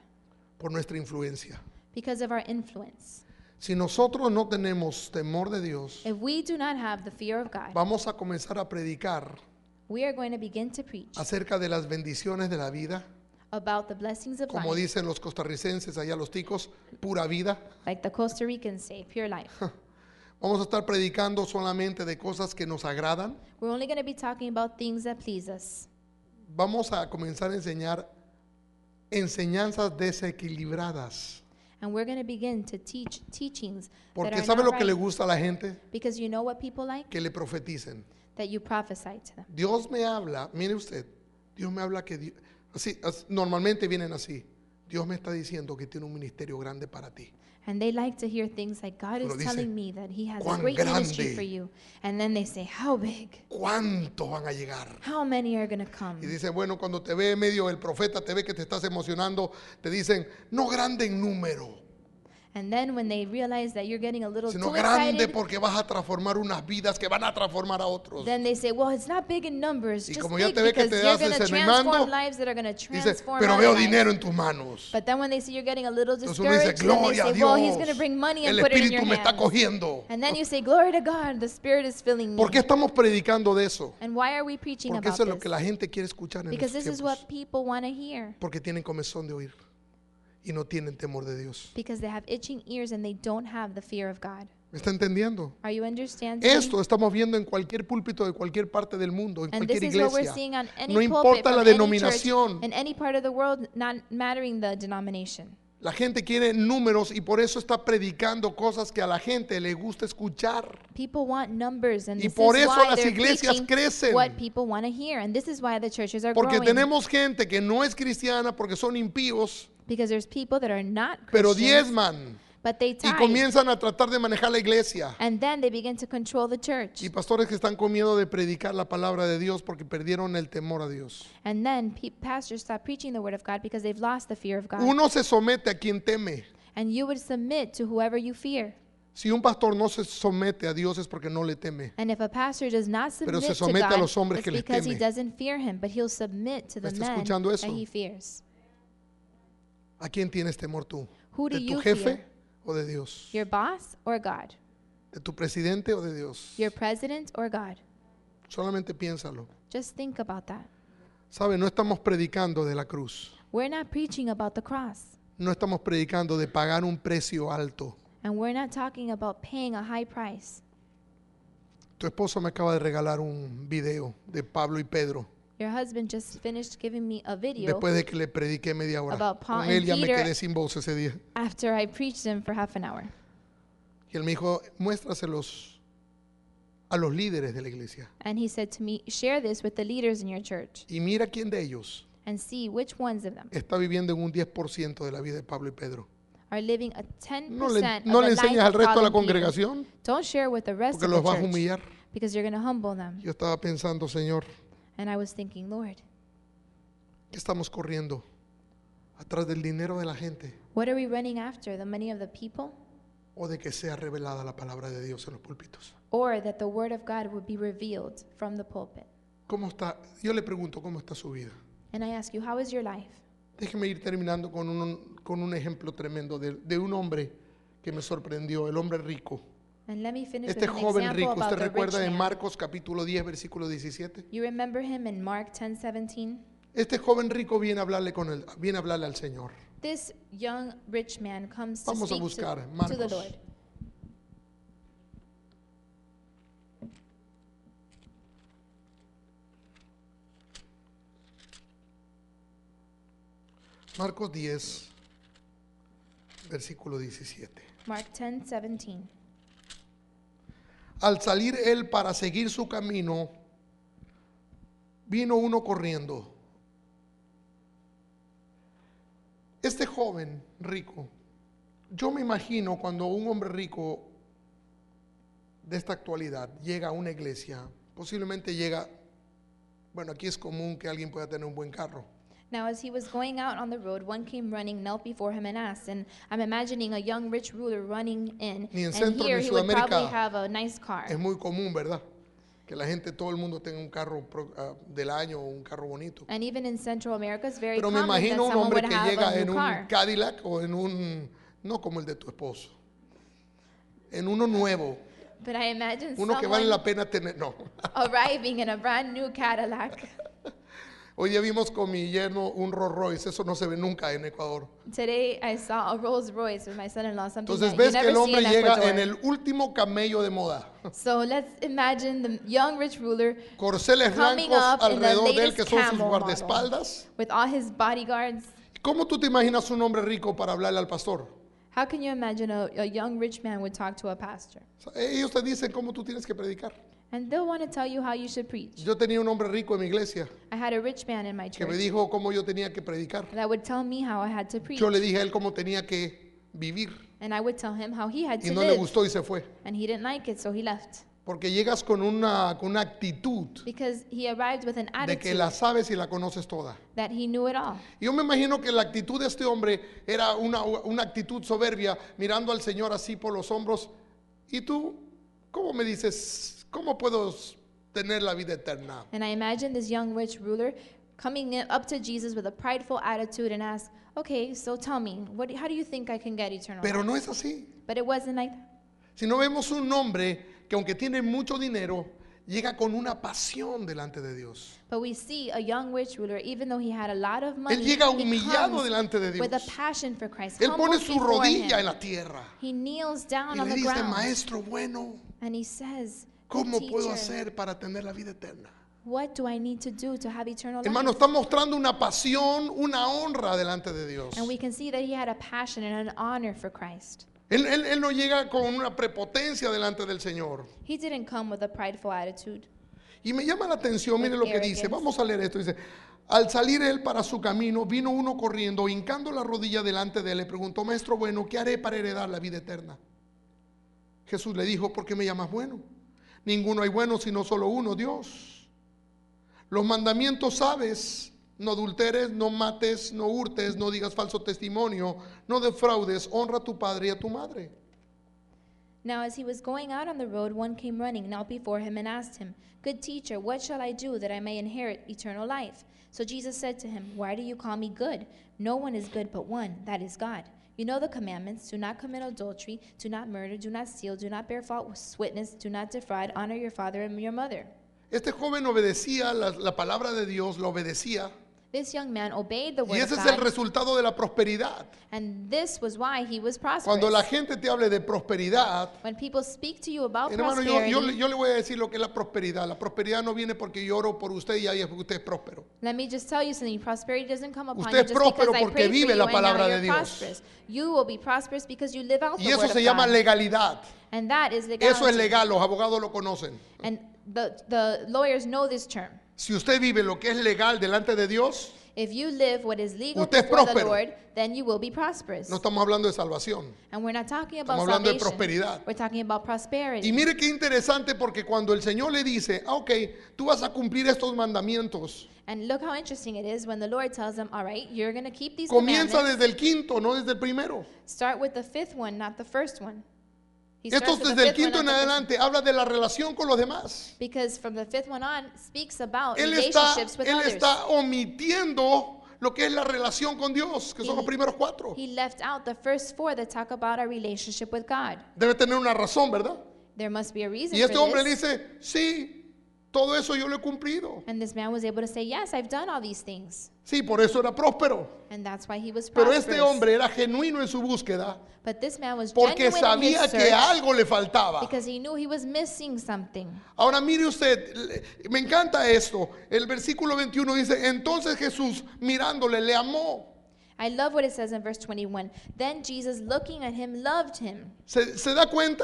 A: Por nuestra influencia.
B: Because of our influence.
A: Si nosotros no tenemos temor de Dios,
B: If we do not have the fear of God,
A: vamos a comenzar a predicar
B: we are going to begin to preach
A: acerca de las bendiciones de la vida,
B: about the blessings of
A: como
B: life,
A: dicen los costarricenses allá los ticos, pura vida.
B: like the Costa Ricans say, pure life.
A: Vamos a estar predicando solamente de cosas que nos agradan.
B: We're only going to be talking about things that please us.
A: Vamos a comenzar a enseñar enseñanzas desequilibradas.
B: And we're going to begin to teach teachings that
A: Porque
B: are
A: ¿sabe
B: not
A: lo que le
B: right.
A: gusta a la gente?
B: Because you know what people like?
A: Que le profeticen.
B: That you prophesy to them.
A: Dios me habla, mire usted, Dios me habla que Dios- así, as- normalmente vienen así. Dios me está diciendo que tiene un ministerio grande para ti.
B: And they like to hear things like, God
A: Pero
B: is
A: dice,
B: telling me that He has a
A: "Cuán
B: great ministry
A: grande."
B: for you. And then they say, How big?
A: ¿Cuántos van a llegar?
B: How many are going to come?
A: Y dice, bueno, cuando te ve medio el profeta, te ve que te estás emocionando, te dicen, no grande en número,
B: And then when they realize that you're getting a little
A: sino
B: too
A: grande
B: excited,
A: porque vas a transformar unas vidas que van a transformar a otros.
B: then they say, Well, it's not big in numbers,
A: Y
B: just
A: como ya
B: big
A: te ve que
B: because
A: te
B: you're
A: has
B: going to
A: desanimando,
B: transform lives that are going to
A: Dice,
B: transform
A: pero
B: other
A: veo
B: lives."
A: dinero en tus manos.
B: But then when they see you're getting a little
A: Entonces uno dice,
B: discouraged,
A: gloria a
B: then they say, Well, He's going to
A: Dios.
B: bring money
A: El
B: and put it in your
A: Espíritu me está
B: hand.
A: cogiendo.
B: And then you say, Glory to God, the Spirit is filling me.
A: ¿Por qué estamos predicando de eso?
B: And why are we preaching
A: Porque
B: about
A: eso es lo que
B: this?
A: la gente quiere escuchar en
B: Because
A: estos
B: this is
A: tiempos.
B: what people want to hear.
A: Porque tienen comezón de oír y no tienen temor de Dios.
B: because they have itching ears and they don't have the fear of God.
A: ¿Me está entendiendo?
B: Are you understanding?
A: Esto estamos viendo en cualquier púlpito de cualquier parte del mundo, en
B: and this
A: cualquier
B: is what we're
A: iglesia.
B: seeing on any
A: No
B: pulpit
A: importa
B: from
A: la
B: any church
A: denominación.
B: in any part of the world, not mattering the denomination.
A: La gente quiere números y por eso está predicando cosas que a la gente le gusta escuchar.
B: People want numbers, and
A: Y
B: this
A: por
B: is
A: eso
B: why
A: las
B: they're
A: iglesias
B: preaching
A: crecen.
B: what people want to hear, and this is why the churches are
A: Porque
B: growing.
A: tenemos gente que no es cristiana porque son impíos,
B: because there's people that are not
A: pero
B: Christians,
A: diezman.
B: But they
A: y
B: tithe,
A: comienzan a tratar de manejar la iglesia.
B: and then they begin to control the church.
A: Y pastores que están con miedo de predicar la palabra de Dios porque perdieron el temor a Dios.
B: And then pe- pastors stop preaching the word of God because they've lost the fear of God.
A: Uno se somete a quien teme.
B: And you would submit to whoever you fear.
A: Si un pastor no se somete a Dios es porque no le teme.
B: And if a pastor does not submit
A: se
B: to
A: somete a
B: God,
A: los hombres
B: it's
A: que les
B: because he
A: teme.
B: doesn't fear him, but he'll submit to the
A: ¿Me está
B: men
A: escuchando
B: that
A: eso?
B: he fears.
A: ¿A quién tienes temor tú?
B: Who do
A: ¿De tu
B: you
A: jefe
B: fear?
A: o de Dios?
B: Your boss or God?
A: ¿De tu presidente o de Dios?
B: Your president or God?
A: Solamente piénsalo.
B: Just think about that.
A: Sabe, no estamos predicando de la cruz.
B: We're not preaching about the cross,
A: No estamos predicando de pagar un precio alto.
B: and we're not talking about paying a high price.
A: Tu esposo me acaba de regalar un video de Pablo y Pedro.
B: Your husband just finished giving me a video
A: Después de que le prediqué media hora.
B: About Paul
A: Con él
B: and
A: ya me
B: Peter.
A: quedé sin voz ese día.
B: after I preached him for half an hour.
A: Y él me dijo, muéstraselos a los líderes de la iglesia.
B: And he said to me, Share this with the leaders in your church
A: Y mira quién de ellos
B: and see which ones of them
A: está viviendo en un 10% de la vida de Pablo y Pedro.
B: are living a 10%
A: No le,
B: of
A: no le
B: the life
A: enseñas al
B: of
A: resto de
B: Paul
A: la
B: and Peter.
A: congregación
B: Don't share with the rest
A: porque
B: of the
A: los vas a
B: church
A: humillar.
B: because you're going to humble them.
A: Yo estaba pensando, Señor,
B: And I was thinking, Lord,
A: que estamos corriendo atrás del dinero de la gente
B: what are we running after? The money of the people?
A: o de que sea revelada la palabra de Dios en los púlpitos.
B: Or that the word of God would be revealed from the pulpit?
A: ¿Cómo está? Yo le pregunto, ¿cómo está su vida?
B: And I ask you, How is your life?
A: Déjeme ir terminando con un, con un ejemplo tremendo de, de un hombre que me sorprendió, el hombre rico.
B: And let me finish
A: Este
B: with an
A: joven
B: example
A: rico,
B: about
A: ¿usted
B: the rich
A: recuerda de
B: man.
A: Marcos capítulo 10, versículo 17?
B: You remember him in Mark 10:17?
A: Este joven rico viene a hablarle, con el, viene a hablarle al Señor.
B: This young rich man comes to
A: Vamos a
B: speak
A: buscar
B: to, to the
A: Marcos.
B: Lord.
A: Marcos 10, versículo 17.
B: Mark 10:17.
A: Al salir él para seguir su camino, vino uno corriendo. Este joven rico, yo me imagino cuando un hombre rico de esta actualidad llega a una iglesia, posiblemente llega, bueno, aquí es común que alguien pueda tener un buen carro.
B: Now, as he was going out on the road, one came running, knelt before him, and asked. And I'm imagining a young rich ruler running in,
A: Ni en
B: and
A: Centro
B: here
A: ni
B: he would probably
A: Sudamérica.
B: have a nice car.
A: Es muy común, ¿verdad? Que la gente, todo el mundo tenga un carro pro- ah, del año, un carro bonito.
B: And even in Central America, it's very
A: Pero me
B: common that
A: imagino un
B: someone
A: hombre
B: would
A: que
B: have
A: llega
B: a
A: en
B: new
A: un
B: car.
A: Cadillac o en un, no como el de tu esposo, en uno nuevo,
B: But I imagine
A: uno que
B: someone
A: vale la pena tener, no.
B: arriving in a brand new Cadillac.
A: Hoy día vimos con mi yerno un Rolls Royce, eso no se ve nunca en Ecuador.
B: Today, I saw a Rolls Royce with my son-in-law, something
A: Entonces
B: that you
A: ves que
B: never
A: el
B: see
A: hombre
B: in
A: llega en
B: Ecuador.
A: el último camello de moda,
B: So let's imagine the young rich ruler
A: corceles
B: Coming
A: blancos
B: up in the
A: alrededor de él
B: latest
A: que son sus
B: camel model.
A: guardaespaldas.
B: with all his bodyguards.
A: ¿Cómo tú te imaginas un hombre rico para hablarle al pastor?
B: How can you imagine a, a young rich man would talk to a pastor?
A: O sea, Ellos te dicen cómo tú tienes que predicar.
B: And they'll want to tell you how you should preach.
A: Yo tenía un hombre rico en mi iglesia
B: I had a rich man in my
A: que me
B: church
A: dijo cómo yo tenía que predicar.
B: that would tell me how I had to preach,
A: Yo le dije a él cómo tenía que vivir
B: and I would tell him how he had
A: y
B: to
A: no le
B: live,
A: gustó y se fue.
B: and he didn't like it, so he left
A: Porque llegas con una, con una actitud
B: because he arrived with an
A: de que
B: attitude
A: la sabes y la conoces toda.
B: that he knew it all.
A: Yo me imagino que la actitud de este hombre era una, una actitud soberbia, mirando al Señor así por los hombros. ¿Y tú cómo me dices, cómo puedo tener la vida eterna?
B: And I imagine this young rich ruler coming in- up to Jesus with a prideful attitude and ask, "Okay, so tell me, what, how do you think I can get eternal?" life?"
A: Pero no es así.
B: But it wasn't like that.
A: Si no vemos un hombre que aunque tiene mucho dinero, llega con una pasión delante de Dios.
B: But we see a young rich ruler, even though he had a lot of money,
A: Él llega
B: he
A: humillado
B: comes
A: delante de
B: with a
A: Dios.
B: passion for Christ.
A: Él
B: humble
A: pone su
B: before
A: rodilla
B: him.
A: en la tierra
B: He kneels
A: y
B: down on
A: le
B: the
A: dice,
B: ground
A: maestro bueno,
B: and he says, "Good
A: ¿cómo puedo
B: teacher,
A: hacer para tener la vida eterna?
B: What do I need to do to have eternal
A: Hermano,
B: life?
A: está mostrando una pasión, una honra delante de Dios.
B: And we can see that he had a passion and an honor for Christ.
A: Él, él- él no llega con una prepotencia delante del Señor.
B: He didn't come with a prideful attitude.
A: Y me llama la atención, mire lo que dice, vamos a leer esto, dice, Al salir él para su camino, vino uno corriendo, hincando la rodilla delante de él, le preguntó, Maestro bueno, ¿qué haré para heredar la vida eterna? Jesús le dijo, ¿por qué me llamas bueno? Ninguno hay bueno sino solo uno, Dios. Los mandamientos sabes, no adulteres, no mates, no hurtes, no digas falso testimonio, no defraudes, honra a tu padre y a tu madre.
B: Now, as he was going out on the road, one came running, knelt before him, and asked him, Good teacher, what shall I do that I may inherit eternal life? So Jesus said to him, Why do you call me good? No one is good but one, that is God. You know the commandments do not commit adultery, do not murder, do not steal, do not bear false witness, do not defraud, honor your father and your mother.
A: Este joven obedecía la, la palabra de Dios, la obedecía.
B: This young man obeyed the
A: Y
B: word of
A: ese es el
B: God,
A: resultado de la prosperidad.
B: and this was why he was
A: Cuando la
B: prosperous.
A: gente te hable de prosperidad,
B: When people speak to you about
A: hermano, yo, yo, le-
B: prosperity,
A: yo le voy a decir lo que es la prosperidad. La prosperidad no viene porque yo oro por usted y ahí es porque usted es próspero.
B: let me just tell you something. Prosperity doesn't come upon
A: Usted
B: you
A: es
B: just because
A: próspero
B: I
A: porque
B: prayed for
A: vive
B: you and
A: la
B: now
A: palabra de
B: you're
A: Dios.
B: prosperous. You will be prosperous because you live out
A: Y
B: the
A: eso
B: word
A: se
B: of
A: llama
B: God.
A: legalidad.
B: And that is legality.
A: Eso es legal, los abogados lo conocen.
B: And the, the lawyers know this term.
A: Si usted vive lo que es legal delante de Dios,
B: If you live what is legal
A: Usted es
B: before the
A: próspero.
B: Lord, then you will be prosperous.
A: no estamos hablando de salvación.
B: and we're not talking about
A: Estamos hablando de
B: salvation.
A: prosperidad.
B: We're talking about prosperity.
A: Y mire qué interesante porque cuando el Señor le dice, ah, ok, tú vas a cumplir estos mandamientos,
B: and look how interesting it is when the Lord tells them, all right, you're going to keep these
A: comienza
B: commandments.
A: desde el quinto, no desde el primero.
B: Start with the fifth one, not the first one. He starts
A: Estos
B: with the
A: desde el
B: fifth one,
A: quinto en
B: not the first
A: adelante habla de la relación con los demás.
B: one. Because from the fifth one on, speaks about
A: Él está,
B: relationships with
A: él
B: others.
A: está omitiendo lo que es la relación con Dios, que son los primeros cuatro.
B: He left out the first four that talk about our relationship with God.
A: Debe tener una razón, ¿verdad?
B: There must be a reason
A: Y este
B: for
A: hombre le
B: this.
A: dice, sí, todo eso yo lo he cumplido.
B: And this man was able to say, Yes, I've done all these things.
A: Sí, por eso era próspero.
B: And that's why he was
A: Pero
B: prosperous.
A: este hombre era genuino en su búsqueda
B: but this man was
A: porque
B: genuine in
A: sabía
B: his
A: que
B: search
A: algo le faltaba.
B: because he knew he was missing something.
A: Ahora mire usted, le- me encanta esto. El versículo 21 dice, entonces Jesús mirándole le amó.
B: I love what it says in verse 21. Then Jesus, looking at him, loved him.
A: ¿Se, se da cuenta?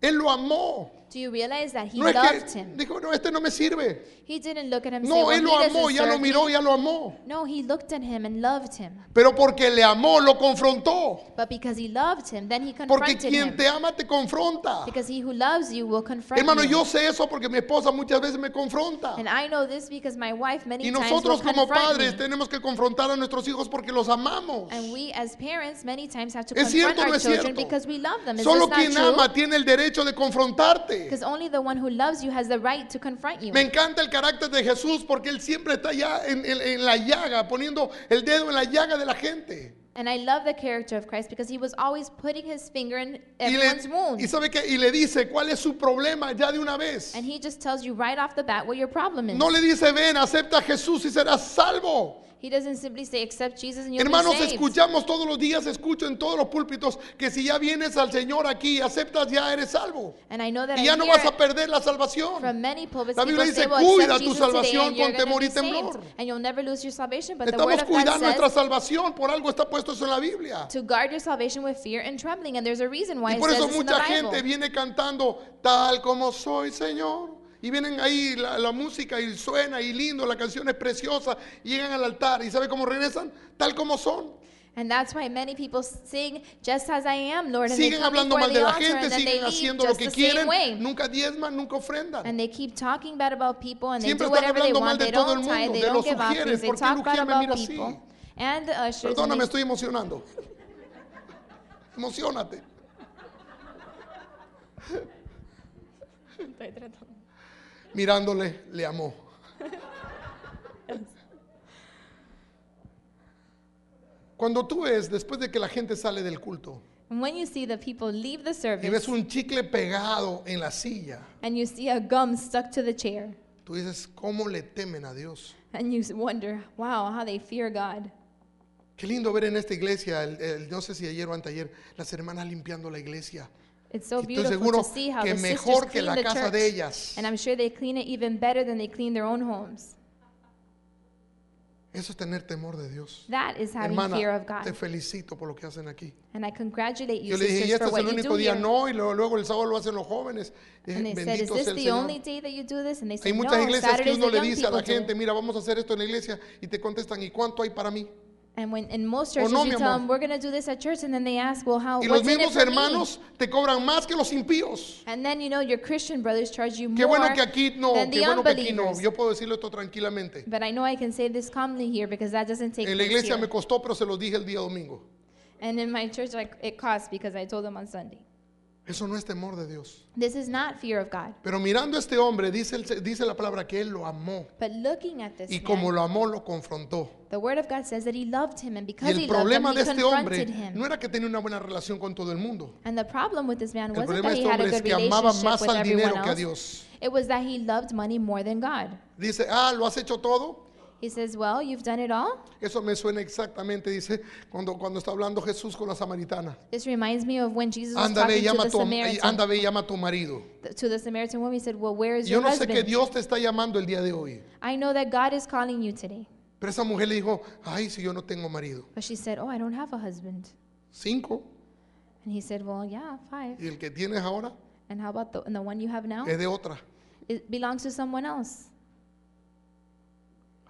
A: Él lo amó.
B: Do you realize that he
A: No es
B: loved
A: que
B: him?
A: dijo, no, este no me sirve.
B: He didn't look at him and say,
A: No,
B: well,
A: él
B: he
A: lo amó,
B: doesn't
A: ya lo
B: serve me."
A: miró, ya lo amó.
B: No, he looked at him and loved him.
A: Pero porque le amó, lo confrontó.
B: But because he loved him, then he
A: Porque
B: confronted
A: quien
B: him.
A: te ama te confronta.
B: Because he who loves you will confront
A: Hermano,
B: you.
A: yo sé eso porque mi esposa muchas veces me confronta.
B: And I know this because my wife many
A: Y
B: times will
A: nosotros como
B: confront
A: padres
B: me.
A: tenemos que confrontar a nuestros hijos porque los amamos.
B: And we as parents many times have to
A: ¿Es
B: confront
A: cierto o
B: our
A: no es
B: children
A: cierto?
B: because we love them. Is
A: Solo
B: this not
A: quien
B: true?
A: ama tiene el derecho de confrontarte.
B: Because only the one who loves you has the right to confront you.
A: Me encanta el carácter de Jesús porque él siempre está allá en, en- en la llaga, poniendo el dedo en la llaga de la gente.
B: And I love the character of Christ because he was always putting his finger in
A: Y, le-
B: everyone's wound.
A: y sabe qué? y le dice cuál es su problema ya de una vez.
B: And he just tells you right off the bat what your problem is.
A: No le dice, ven, acepta a Jesús y serás salvo.
B: He doesn't simply say accept Jesus and you'll
A: Hermanos,
B: be saved.
A: escuchamos todos los días, escucho en todos los púlpitos que si ya vienes al Señor aquí y aceptas, ya eres salvo.
B: And I know that
A: Y ya
B: I
A: no
B: hear
A: vas a
B: it
A: perder la salvación.
B: from many pulpits
A: La Biblia
B: people
A: dice,
B: say, well, accept
A: "Cuida tu
B: Jesus today
A: salvación
B: and you're
A: con
B: gonna
A: temor y
B: be saved,
A: temblor."
B: and you'll never lose your salvation. But the
A: Estamos
B: word of God
A: cuidando
B: says
A: nuestra salvación, por algo está puesto eso en la Biblia.
B: to guard your salvation with fear and trembling. And there's a reason why
A: Y
B: it
A: por
B: says
A: eso
B: this in the
A: mucha
B: Bible.
A: gente viene cantando tal como soy, Señor. Y vienen ahí la, la música y suena y lindo, la canción es preciosa. Y llegan al altar y ¿sabe cómo regresan? Tal como son.
B: And that's why many people sing just as I am, Lord. And they
A: Siguen
B: come
A: hablando
B: before
A: mal
B: the
A: de la
B: altar
A: gente,
B: and then they
A: siguen
B: leave
A: haciendo lo
B: just
A: que
B: the same
A: quieren,
B: way.
A: nunca diezman, nunca ofrendan.
B: And they keep talking bad about people and they
A: Siempre
B: do
A: están
B: whatever they
A: hablando mal
B: want.
A: de
B: They
A: todo el
B: don't tithe,
A: mundo,
B: they
A: de
B: don't
A: los
B: give offerings,
A: ujieres.
B: they
A: ¿Por qué
B: talk bad
A: Lujier me mira
B: about
A: así?
B: people. And the ushers. and
A: Perdóname,
B: they-
A: estoy emocionando. Emocionate. Mirándole, le amó. Cuando tú ves, después de que la gente sale del culto
B: And when you see the people leave the
A: y ves
B: service
A: un chicle pegado en la silla,
B: and you see a gum stuck to the chair
A: tú dices, ¿cómo le temen a Dios?
B: and you wonder, wow, how they fear God.
A: Qué lindo ver en esta iglesia, el- el- no sé si ayer o anteayer, las hermanas limpiando la iglesia.
B: It's so
A: Estoy
B: beautiful
A: seguro
B: to see how
A: que
B: the sisters
A: mejor que
B: clean
A: la
B: the
A: casa
B: church.
A: de ellas.
B: And I'm sure they clean it even better than they clean their own homes.
A: Eso es tener temor de Dios.
B: That is having
A: Hermana,
B: fear of
A: te
B: God.
A: felicito por lo que hacen aquí.
B: And I congratulate you,
A: Yo le dije, y
B: sisters,
A: este
B: for
A: es el
B: what you do
A: único
B: here.
A: día, no, y luego, luego el sábado lo hacen los jóvenes. Dije,
B: and they said, is
A: bendito sea
B: this the
A: el Señor.
B: only day that you do this? And they
A: Hay
B: said, no,
A: muchas iglesias que
B: Saturdays
A: uno
B: the
A: le
B: young
A: dice a la
B: people do
A: gente,
B: it.
A: mira, vamos a hacer esto en la iglesia, y te contestan, ¿y cuánto hay para mí?
B: And when in most churches
A: "Oh, no,
B: you
A: mi
B: tell
A: amor.
B: them, we're going to do this at church, and then they ask, well, how,
A: Y los
B: Oh, what's in it
A: mismos
B: for me?"
A: hermanos te cobran más que los impíos.
B: And then, you know, your Christian brothers charge you
A: Qué
B: more
A: bueno que aquí no,
B: than
A: qué
B: the
A: bueno que aquí no.
B: unbelievers.
A: Yo puedo decirlo esto tranquilamente.
B: But I know I can say this calmly here because that doesn't take
A: En la
B: place
A: iglesia
B: here.
A: me costó, pero se los dije el día domingo.
B: And in my church, like, it costs because I told them on Sunday.
A: Eso no es temor de Dios.
B: This is not fear of God.
A: Pero mirando a este hombre, dice, el- dice la palabra que él lo amó.
B: But looking at this
A: Y
B: man,
A: como lo amó, lo confrontó.
B: the word of God says that he loved him, and
A: Y
B: because
A: el
B: he loved him,
A: problema de
B: he
A: este hombre
B: confronted him.
A: no era que tenía una buena relación con todo el mundo.
B: And the problem with this man
A: El
B: wasn't
A: problema
B: that
A: de
B: he
A: este
B: had a
A: hombre es
B: good
A: que amaba
B: relationship
A: más
B: with
A: al dinero
B: everyone
A: que a
B: else.
A: Dios.
B: It was that he loved money more than God.
A: Dice, ah, lo has hecho todo.
B: He says, Well, you've done it all.
A: Eso me suena exactamente, dice, cuando, cuando está hablando Jesús con la samaritana.
B: This reminds me of when Jesus was
A: Anda ve, y
B: talking to
A: llama
B: the
A: a tu,
B: Samaritan.
A: anda ve y llama a tu marido.
B: th- to the Samaritan woman, he said, Well, where is
A: Yo
B: your
A: no sé
B: husband?
A: que Dios te está llamando el día de hoy.
B: I know that God is calling you today.
A: Pero esa mujer le dijo, ay, si yo no tengo marido.
B: But she said, Oh, I don't have a husband.
A: Cinco.
B: And he said, Well, yeah, five.
A: Y el que tienes ahora
B: And how about the, and the one you have now?
A: es de otra.
B: It belongs to someone else.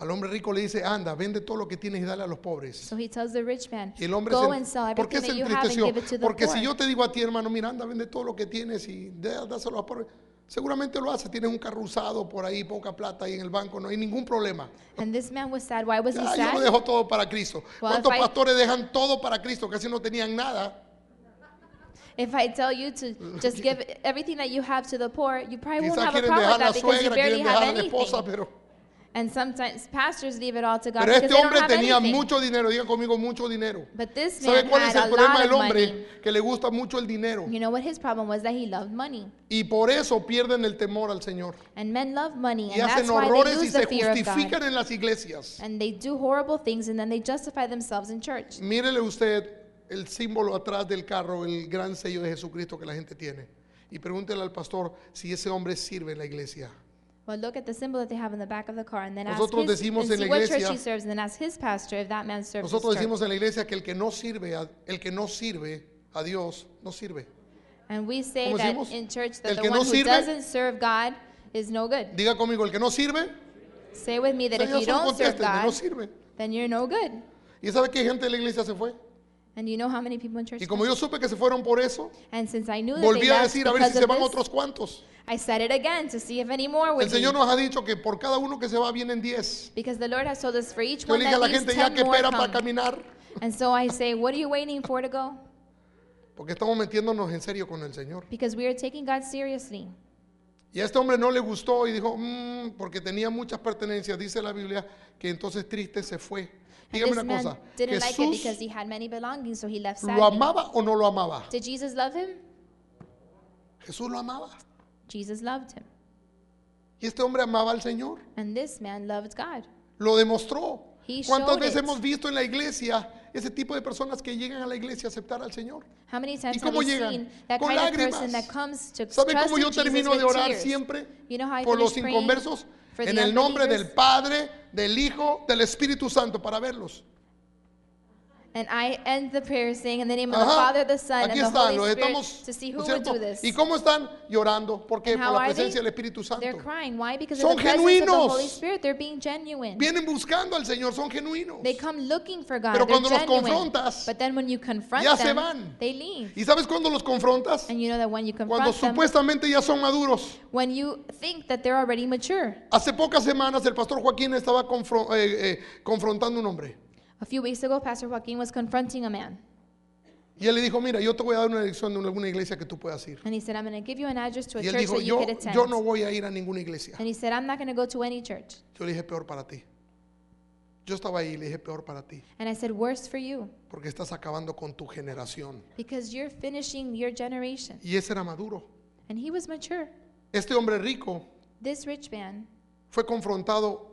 A: Al hombre rico le dice, anda, vende todo lo que tienes y dale a los pobres.
B: So he tells the rich man,
A: Y el hombre
B: Go
A: se-
B: and sell
A: ¿Por qué
B: everything
A: se
B: that you have and
A: entristeció?
B: give it to the
A: Porque
B: poor.
A: si yo te digo a ti, hermano, mira, anda, vende todo lo que tienes y dé- dáselo a los pobres. Seguramente lo haces, tienes un carro usado por ahí, poca plata ahí en el banco, no hay ningún problema.
B: And this man was sad. Why was he
A: Ah, yo lo
B: sad?
A: dejo todo para Cristo. ¿Cuántos
B: if I-
A: pastores dejan todo para Cristo? Casi no tenían nada.
B: If I tell you to just give everything that you have to the poor, you probably won't
A: Quizás
B: have a
A: quieren
B: problem with
A: dejar la
B: that because you
A: suegra,
B: barely
A: quieren
B: have
A: dejar a la esposa,
B: anything.
A: pero...
B: And sometimes pastors leave it all to God
A: Pero
B: because
A: este
B: they don't
A: hombre
B: have
A: tenía
B: anything.
A: mucho dinero, diga conmigo, mucho dinero.
B: But this man
A: ¿Sabe cuál
B: had
A: es el
B: a lot
A: problema del
B: of money.
A: hombre? Que le gusta mucho el dinero.
B: You know what his problem was? That he loved money.
A: Y por eso pierden el temor al Señor.
B: And men love money,
A: Y
B: and that's
A: hacen
B: why they
A: horrores y
B: lose the
A: se
B: fear of God.
A: justifican en las iglesias.
B: And they do horrible things, and then they justify themselves in church.
A: Mírele usted el símbolo atrás del carro, el gran sello de Jesucristo que la gente tiene. Y pregúntele al pastor si ese hombre sirve en la iglesia.
B: Well, look at the symbol that they have in the back of the car, and then
A: Nosotros
B: ask his,
A: decimos
B: and
A: en
B: see
A: la
B: what church
A: iglesia-
B: he serves, and then ask his pastor if that man serves. his
A: Nosotros
B: church.
A: decimos en la iglesia que el que no sirve a, el que no sirve a Dios no sirve.
B: and we say
A: ¿Cómo
B: that
A: decimos?
B: in church
A: El
B: that the
A: que
B: one
A: no
B: who
A: sirve-
B: doesn't serve God is no good.
A: Diga conmigo, el que no sirve,
B: Say with me that if
A: Señor,
B: you
A: solo
B: don't serve
A: contésteme, no
B: God,
A: sirve.
B: then you're no good.
A: Y sabe que gente de la iglesia se fue.
B: And you know how many people in church.
A: Y como yo supe que se fueron por eso,
B: and since I knew that
A: volví
B: they
A: a
B: left
A: decir a ver si
B: because
A: se
B: of
A: van
B: this,
A: otros cuantos.
B: I said it again to see if any more would
A: El Señor
B: leave.
A: nos ha dicho que por cada uno que se va vienen 10.
B: Because the Lord has told us for each
A: Yo
B: one
A: le dije a
B: that
A: la
B: leaves
A: gente ya
B: ten
A: que
B: more
A: espera para
B: come.
A: caminar,
B: And so I say, what are you waiting for to go?
A: porque estamos metiéndonos en serio con el Señor.
B: Because we are taking God seriously.
A: Y a este hombre no le gustó y dijo, "Mm", porque tenía muchas pertenencias, dice la Biblia, que entonces triste se fue.
B: And
A: Dígame
B: this
A: una
B: man
A: cosa,
B: didn't like it because
A: ¿Jesús
B: he had many belongings, so he left
A: lo
B: sadly.
A: amaba o no lo amaba?
B: Did Jesus love him?
A: Jesús lo amaba.
B: Jesus loved him.
A: Y este hombre amaba al Señor.
B: And this man loved God.
A: Lo demostró.
B: He
A: ¿Cuántas
B: showed
A: veces
B: it.
A: hemos visto en la iglesia ese tipo de personas que llegan a la iglesia a aceptar al Señor?
B: How many times have
A: cómo
B: we
A: llegan?
B: seen that
A: Con
B: kind of person
A: lágrimas.
B: that comes to
A: ¿Sabe
B: trust
A: cómo
B: in
A: yo
B: Jesus
A: termino
B: with
A: de orar
B: tears?
A: siempre?
B: You know how I
A: Por los
B: finish praying
A: inconversos.
B: for the
A: En el nombre del
B: unbelievers?
A: Padre, del Hijo, del Espíritu Santo, para verlos.
B: And I end the prayer saying, in the name of the
A: Ajá,
B: Father, the Son,
A: Aquí
B: and the
A: están, los
B: Holy Spirit,
A: estamos.
B: to see
A: ¿no
B: who
A: es
B: would
A: cierto?
B: do this.
A: ¿Y cómo están? Llorando. ¿Por qué?
B: And
A: Por
B: how
A: la
B: are
A: presencia
B: they?
A: del Espíritu
B: They're
A: Santo.
B: crying. Why? Because
A: Son
B: of the presence of the Holy
A: genuinos.
B: Spirit, they're being genuine.
A: Vienen buscando al Señor, son genuinos.
B: They come looking for God.
A: Pero
B: They're
A: cuando los
B: genuine.
A: confrontas,
B: but then when you confront
A: ya se
B: them,
A: van.
B: they leave.
A: ¿Y sabes cuándo los confrontas?
B: And you know that when you
A: Cuando
B: confront them,
A: supuestamente ya son maduros.
B: when you think that they're already mature.
A: Hace pocas semanas el pastor Joaquín estaba confron- eh, eh, confrontando a un hombre.
B: A few weeks ago, Pastor Joaquin was confronting a man,
A: Y él le dijo, mira, yo te voy a dar una dirección de alguna iglesia que tú puedas ir.
B: and he said, "I'm going to give you an address to a
A: Y él
B: church
A: dijo,
B: that you
A: yo,
B: could attend."
A: yo no voy a ir a ninguna iglesia.
B: And he said, "I'm not going to go to any church."
A: Yo le dije, peor para ti. Yo estaba ahí y le dije, peor para ti.
B: And I said, "Worse for you,
A: Porque estás acabando con tu generación.
B: because you're finishing your generation."
A: Y ese era maduro.
B: And he was mature.
A: Este hombre rico
B: This rich man
A: fue confrontado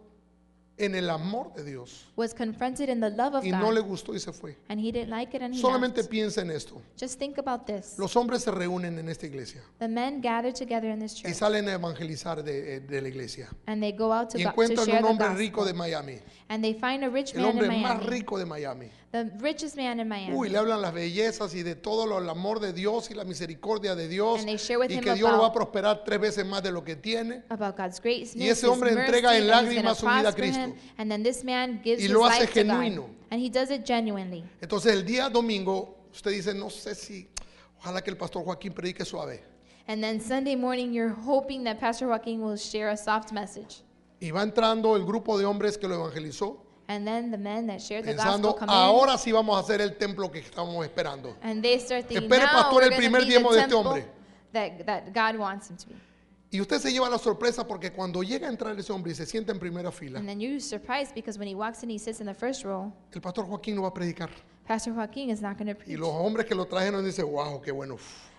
A: en el amor de Dios
B: was confronted in the love of
A: y no le
B: God,
A: gustó y se fue.
B: and he didn't like it and he
A: Solamente
B: left.
A: piensa en esto.
B: Just think about this.
A: Los hombres se reúnen en esta iglesia
B: The men gather together in this
A: y
B: church,
A: salen a evangelizar de, eh, de la iglesia.
B: and they go out to,
A: Y
B: go- to
A: encuentran
B: share
A: un
B: the
A: hombre rico
B: gospel,
A: de Miami,
B: and they find a rich
A: el
B: man in
A: hombre más
B: Miami,
A: rico de Miami.
B: the richest man in Miami.
A: Uy, le hablan las bellezas y de todo lo, el amor de Dios y la misericordia de Dios
B: And they share with
A: y
B: him
A: que Dios lo
B: about-
A: va a prosperar tres veces más de lo que tiene
B: about God's grace.
A: Y ese hombre
B: his mercy,
A: entrega en
B: and he's
A: lágrimas
B: gonna
A: su vida a
B: prosper him,
A: Cristo.
B: And then this man gives
A: Y
B: his
A: lo hace
B: life to God.
A: genuino.
B: And he does it genuinely.
A: entonces el día domingo usted dice no sé si ojalá que el pastor Joaquín predique suave
B: And then Sunday morning, you're hoping that Pastor Joaquin will share a soft message.
A: y va entrando el grupo de hombres que lo evangelizó
B: And then the men that shared the gospel
A: pensando
B: come in.
A: ahora sí vamos a hacer el templo que estamos esperando
B: And they start thinking,
A: Espere,
B: now
A: pastor,
B: we're
A: el
B: gonna
A: primer
B: be the
A: diezmo de este
B: temple
A: hombre."
B: That, that God wants him to be.
A: y usted se lleva la sorpresa porque cuando llega a entrar ese hombre y se sienta en primera fila
B: And then you're surprised because when he walks in, he sits in the first row.
A: el pastor Joaquín no va a predicar
B: Pastor Joaquin is not going to
A: y
B: preach.
A: los hombres que lo trajeron dicen wow qué bueno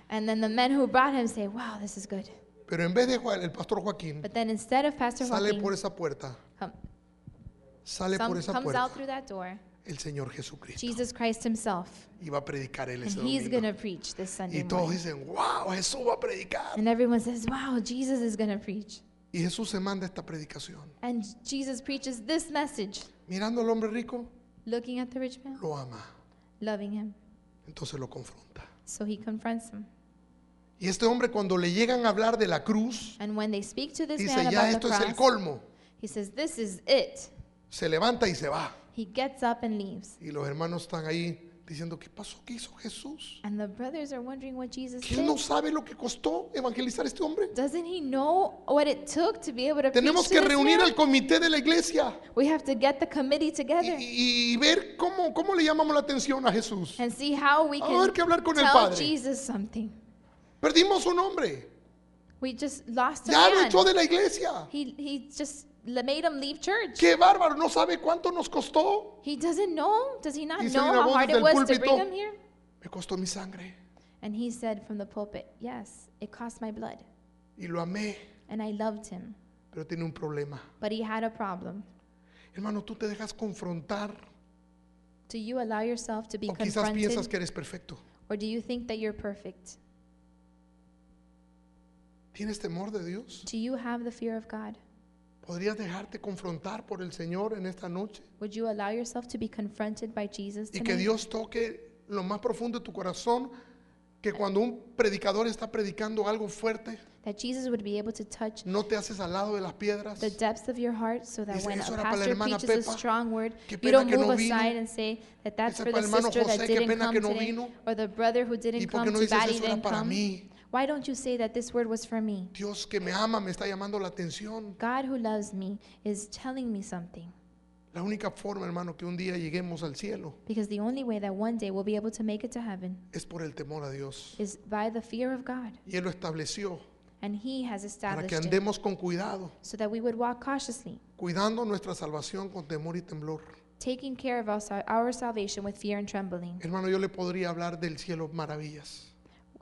B: And then the men who brought him say, wow, this is good.
A: pero en vez de Joa- el pastor Joaquín
B: But then instead of Pastor
A: sale por
B: Joaquin,
A: esa puerta
B: come,
A: sale
B: some-
A: por esa
B: comes out
A: puerta
B: through that door,
A: el Señor Jesucristo
B: Jesus Christ himself.
A: y va a predicar él
B: And
A: ese
B: he's
A: domingo.
B: going to preach this Sunday
A: Y todos
B: morning.
A: dicen, wow, Jesús va a predicar.
B: And everyone says, wow, Jesus is going to preach.
A: Y Jesús se manda esta predicación.
B: And Jesus preaches this message,
A: Mirando al hombre rico,
B: looking at the rich man,
A: lo ama.
B: loving him.
A: Entonces lo confronta.
B: So he confronts him.
A: Y este hombre cuando le llegan a hablar de la cruz,
B: And when they speak to this man
A: dice, ya
B: about the
A: esto es el
B: cross,
A: colmo.
B: he says, this is it.
A: Se levanta y se va.
B: He gets up and leaves.
A: Y los hermanos están ahí diciendo, ¿qué pasó? ¿Qué hizo Jesús?
B: And the brothers are wondering what Jesus
A: ¿Que él
B: did.
A: no sabe lo que costó evangelizar a este hombre?
B: Doesn't he know what it took to be able to
A: Tenemos
B: preach
A: que
B: to this
A: reunir
B: man?
A: al comité de la iglesia.
B: We have to get the committee
A: y,
B: together.
A: y- y ver cómo, cómo le llamamos la atención a Jesús.
B: and see how we
A: A
B: can
A: ver, que hablar con el
B: tell
A: padre.
B: Jesus something.
A: Perdimos un hombre.
B: We just lost a
A: Ya lo
B: man.
A: echó de la iglesia.
B: He, he just le- made him leave church.
A: Qué bárbaro, no sabe cuánto nos costó.
B: He doesn't know. Does he not
A: Dice
B: know
A: una
B: how
A: voz
B: hard
A: desde
B: it
A: el
B: was to
A: púlpito.
B: bring him here?
A: Me costó mi sangre.
B: And he said from the pulpit, Yes, it cost my blood.
A: Y lo amé,
B: And I loved him.
A: pero tiene un problema.
B: But he had a problem.
A: Hermano, tú te dejas confrontar.
B: Do you allow yourself to be
A: O quizás piensas
B: confronted?
A: que eres perfecto.
B: Or do you think that you're perfect?
A: ¿Tienes temor de Dios?
B: Do you have the fear of God?
A: ¿Podrías dejarte confrontar por el Señor en esta noche?
B: Would you allow yourself to be confronted by Jesus?
A: Y que
B: tonight?
A: Dios toque lo más profundo de tu corazón. Que cuando un predicador está predicando algo fuerte,
B: That Jesus would be able to touch
A: no te haces al lado de las piedras.
B: the depths of your heart so that
A: Dice,
B: when a
A: "Eso era para la
B: pastor
A: hermana
B: preaches a
A: Pepa.
B: strong word,
A: Qué
B: you
A: pena
B: don't
A: que
B: move
A: no
B: aside
A: vino.
B: and say that that's
A: Ese
B: for the
A: para el hermano
B: sister
A: José,
B: that
A: qué
B: didn't
A: pena
B: come
A: que no
B: today
A: vino.
B: or the brother who didn't
A: ¿Y por qué
B: come
A: no
B: to
A: dices,
B: daddy
A: "Eso era
B: didn't
A: para
B: come.
A: mí"?
B: Why don't you say that this word was for me?
A: Dios que me ama me está llamando la atención.
B: God who loves me is telling me something
A: La única forma, hermano, que un día lleguemos al cielo
B: because the only way that one day we'll be able to make it to heaven
A: es por el temor a Dios.
B: is by the fear of God
A: Y Él lo estableció
B: and he has
A: para
B: established
A: que
B: it
A: andemos con cuidado,
B: so that we would walk cautiously,
A: cuidando nuestra salvación con temor y temblor.
B: taking care of our, sal- our salvation with fear and trembling.
A: Hermano, yo le podría hablar del cielo maravillas.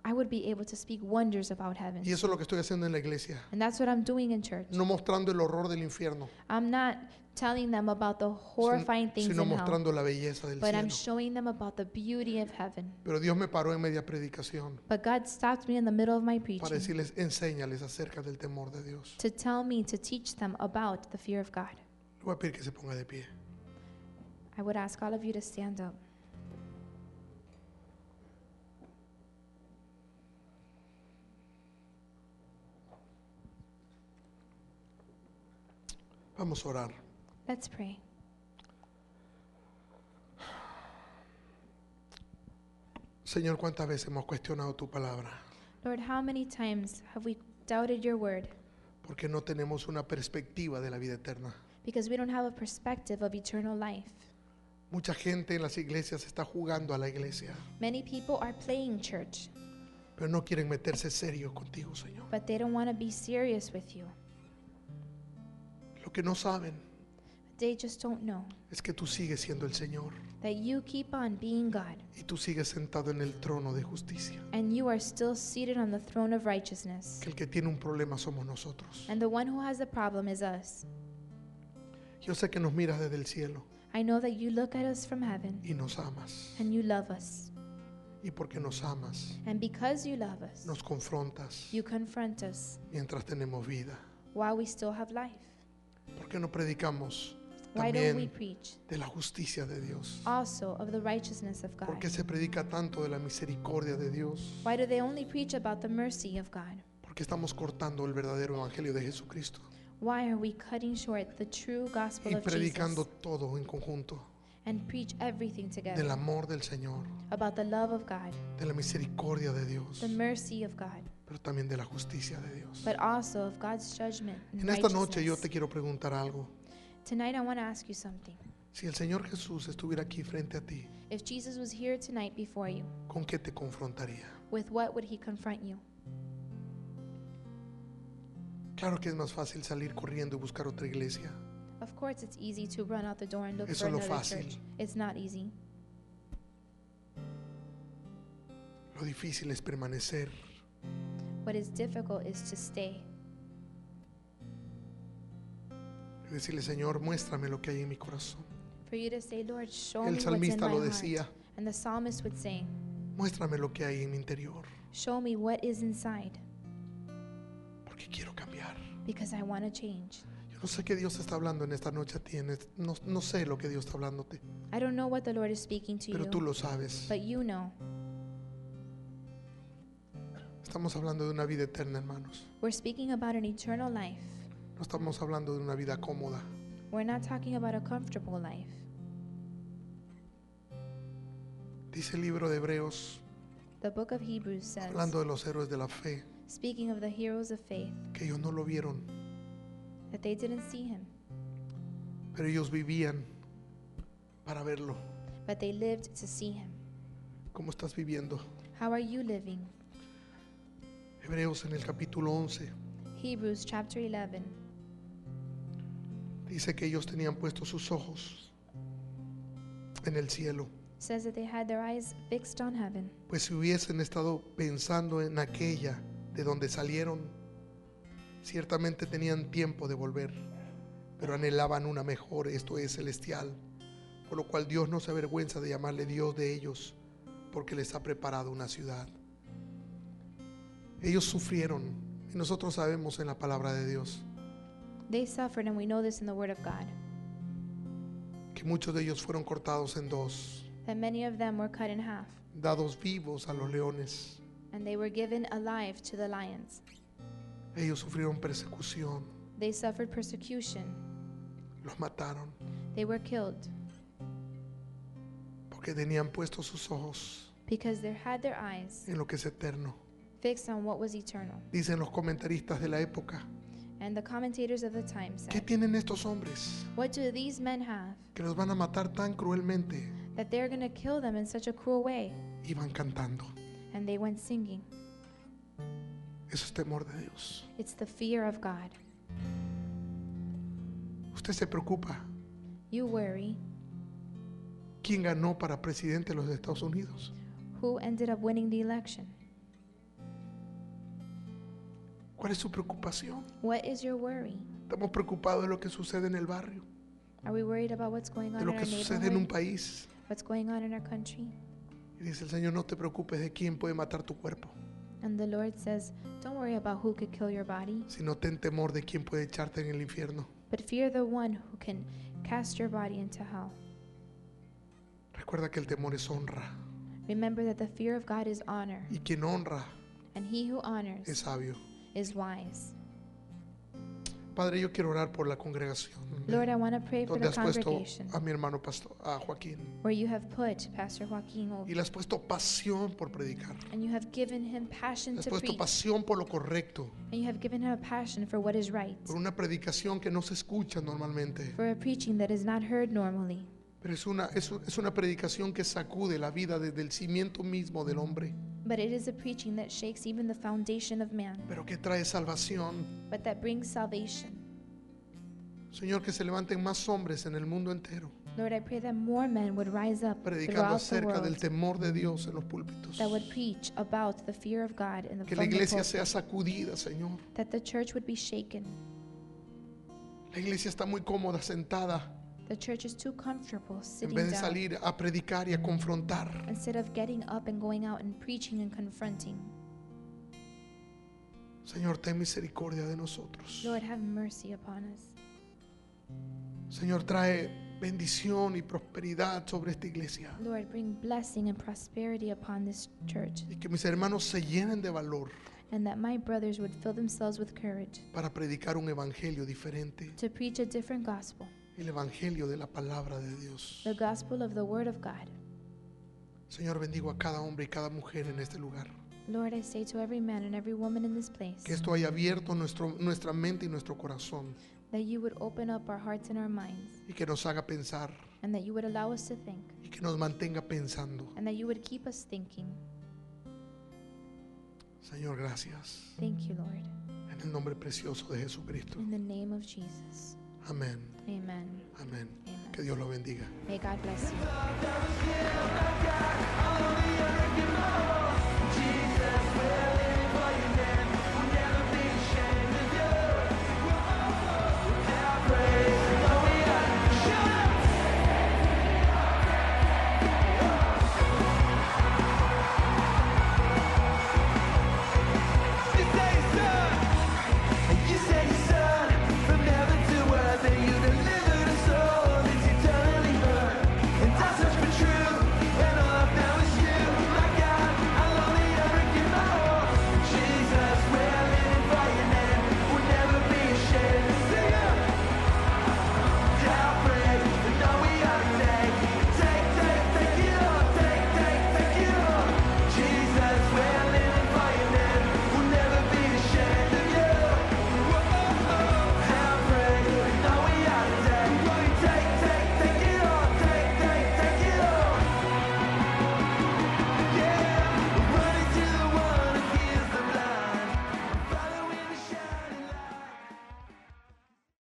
B: I would be able to speak wonders about heaven.
A: Y eso es lo que estoy haciendo en la iglesia,
B: And that's what I'm doing in church.
A: no mostrando el horror del infierno,
B: I'm not telling them about the horrifying things
A: sino
B: in hell,
A: mostrando la belleza del
B: but I'm
A: cielo.
B: showing them about the beauty of heaven.
A: Pero Dios me paró en media predicación
B: But God stopped me in the middle of my
A: para
B: preaching
A: decirles, enséñales acerca del temor de Dios.
B: to tell me to teach them about the fear of God.
A: Le voy a pedir que se ponga de pie.
B: I would ask all of you to stand up.
A: Vamos a orar.
B: Let's pray.
A: Señor, ¿cuántas veces hemos cuestionado tu palabra?
B: Lord, how many times have we doubted your word
A: Porque no tenemos una perspectiva de la vida eterna.
B: because we don't have a perspective of eternal life?
A: Mucha gente en las iglesias está jugando a la iglesia,
B: Many people are playing church,
A: pero no quieren meterse serio contigo, Señor.
B: but they don't want to be serious with you.
A: Lo que no saben
B: They just don't know
A: es que tú sigues siendo el Señor
B: that you keep on being God.
A: y tú sigues sentado en el trono de justicia.
B: and you are still seated on the throne of righteousness.
A: Que el que tiene un problema somos nosotros.
B: And the one who has the problem is us.
A: Yo sé que nos miras desde el cielo
B: I know that you look at us from heaven
A: y nos amas.
B: and you love us.
A: Y porque nos amas,
B: And because you love us,
A: nos confrontas
B: you confront us
A: mientras tenemos vida.
B: while we still have life.
A: ¿Por qué no predicamos
B: Why don't we
A: también
B: preach
A: de la justicia de Dios?
B: also of the righteousness of
A: ¿Por
B: God?
A: qué se predica tanto de la misericordia de Dios?
B: Why do they only preach about the mercy of God?
A: Porque estamos cortando el verdadero evangelio de Jesucristo
B: Why are we cutting short the true gospel
A: y
B: of
A: predicando
B: Jesus
A: todo en conjunto
B: and preach everything
A: del
B: together
A: amor del Señor,
B: about the love of God,
A: de la misericordia de Dios,
B: the mercy of God,
A: pero también de la justicia de Dios.
B: but also of God's judgment? and
A: En esta noche yo te
B: righteousness.
A: quiero preguntar algo.
B: Tonight I want to ask you something.
A: Si el Señor Jesús estuviera aquí frente a ti,
B: If Jesus was here tonight before you,
A: ¿con qué te confrontaría?
B: with what would he confront you?
A: Claro que es más fácil salir corriendo y buscar otra iglesia,
B: Of course, it's easy to run out the door and look
A: Eso
B: for
A: es lo
B: another
A: fácil.
B: church. It's not easy.
A: lo difícil es permanecer.
B: What is difficult is to stay
A: Y decirle, Señor, muéstrame lo que hay en mi corazón.
B: For you to say, Lord, show
A: El
B: me what's in
A: salmista
B: my
A: lo
B: heart."
A: decía.
B: And the psalmist would say,
A: Muéstrame lo que hay en mi interior,
B: Show me what is inside,
A: porque quiero cambiar.
B: because I want to change.
A: Yo no sé qué Dios está hablando en esta noche a ti, en est- no, no sé lo que Dios está hablándote,
B: I don't know what the Lord is speaking to
A: pero
B: you,
A: tú lo sabes.
B: but you know.
A: Estamos hablando de una vida eterna, hermanos.
B: We're speaking about an eternal life.
A: No estamos hablando de una vida cómoda.
B: We're not talking about a comfortable life.
A: Dice el libro de Hebreos,
B: The book of Hebrews says,
A: hablando de los héroes de la fe,
B: speaking of the heroes of faith,
A: que ellos no lo vieron,
B: that they didn't see him,
A: pero ellos vivían para verlo.
B: but they lived to see him.
A: ¿Cómo estás viviendo?
B: How are you living?
A: Hebreos en el capítulo 11
B: Hebrews chapter 11.
A: dice que ellos tenían puestos sus ojos en el cielo.
B: says that they had their eyes fixed on heaven.
A: Pues si hubiesen estado pensando en aquella de donde salieron, ciertamente tenían tiempo de volver, pero anhelaban una mejor, esto es celestial, por lo cual Dios no se avergüenza de llamarle Dios de ellos, porque les ha preparado una ciudad. Ellos sufrieron, y nosotros sabemos en la palabra de Dios,
B: They suffered, and we know this in the Word of God,
A: que muchos de ellos fueron cortados en dos,
B: that many of them were cut in half,
A: dados vivos a los leones.
B: and they were given alive to the lions.
A: Ellos sufrieron persecución,
B: They suffered persecution.
A: los mataron.
B: They were killed
A: porque tenían puestos sus ojos
B: because they had their eyes
A: en lo que es eterno.
B: fixed on what was eternal.
A: Dicen los comentaristas de la época,
B: And the commentators of the time
A: ¿qué
B: said,
A: tienen estos hombres
B: What do these men have
A: que los van a matar tan cruelmente?
B: that they're going to kill them in such a cruel way?
A: Iban cantando.
B: And they went singing.
A: Eso es temor de Dios.
B: It's the fear of God.
A: Usted se preocupa.
B: You worry
A: ¿Quién ganó para presidente de los Estados Unidos?
B: who ended up winning the election.
A: ¿Cuál es su preocupación?
B: What is your worry?
A: Estamos preocupados de lo que sucede en el barrio,
B: Are we worried about what's going on
A: de
B: in
A: lo
B: our
A: que sucede en un
B: neighborhood?
A: país.
B: What's going on in our country?
A: Y dice el Señor, no te preocupes de quién puede matar tu cuerpo,
B: And the Lord says, Don't worry about who could kill your body,
A: sino ten temor de quién puede echarte en el infierno.
B: but fear the one who can cast your body into hell.
A: Recuerda que el temor es honra
B: Remember that the fear of God is honor,
A: y quien honra
B: and he who
A: es
B: honors
A: sabio.
B: is wise.
A: Padre, yo quiero orar por la congregación
B: Lord, I want to pray for
A: donde has
B: the
A: puesto
B: congregation
A: a mi hermano pastor, a Joaquín
B: where you have put Pastor Joaquin
A: y
B: over,
A: le has puesto pasión por predicar.
B: and you have given him passion
A: Le has
B: to
A: puesto
B: preach,
A: pasión por lo correcto,
B: and you have given him a passion for what is right,
A: por una predicación que no se escucha normalmente,
B: for a preaching that is not heard normally.
A: pero es una, es, un- es una predicación que sacude la vida desde el cimiento mismo del hombre,
B: But it is a preaching that shakes even the foundation of man,
A: pero que trae salvación.
B: but that brings salvation.
A: Señor, que se levanten más hombres en el mundo entero,
B: Lord, I pray that more men would rise up
A: predicando
B: throughout the
A: acerca del
B: world
A: temor de Dios en los púlpitos.
B: that would preach about the fear of God in the
A: Que la
B: from the
A: iglesia
B: pulpit,
A: sea sacudida, Señor.
B: that the church would be shaken,
A: La iglesia está muy cómoda sentada
B: The church is too comfortable
A: en
B: sitting
A: vez de
B: down
A: salir a predicar y a confrontar.
B: instead of getting up and going out and preaching and confronting.
A: Señor, ten misericordia de nosotros.
B: Lord, have mercy upon us.
A: Señor, trae bendición y prosperidad sobre esta iglesia.
B: Lord, bring blessing and prosperity upon this church,
A: Y que mis hermanos se llenen de valor
B: and that my brothers would fill themselves with courage
A: para predicar un evangelio diferente.
B: to preach a different gospel,
A: El evangelio de la palabra de Dios.
B: the gospel of the Word of God.
A: Señor, bendigo a cada hombre y cada mujer en este lugar.
B: Lord, I say to every man and every woman in this place
A: Que esto haya abierto nuestro- nuestra mente y nuestro corazón.
B: that you would open up our hearts and our minds,
A: Y que nos haga pensar.
B: and that you would allow us to think,
A: Y que nos mantenga pensando.
B: and that you would keep us thinking.
A: Señor, gracias.
B: Thank you, Lord.
A: En el nombre precioso de Jesucristo.
B: In the name of Jesus.
A: Amén.
B: Amen.
A: Amén.
B: Amen.
A: Que Dios lo bendiga.
B: May God bless you.
C: I'll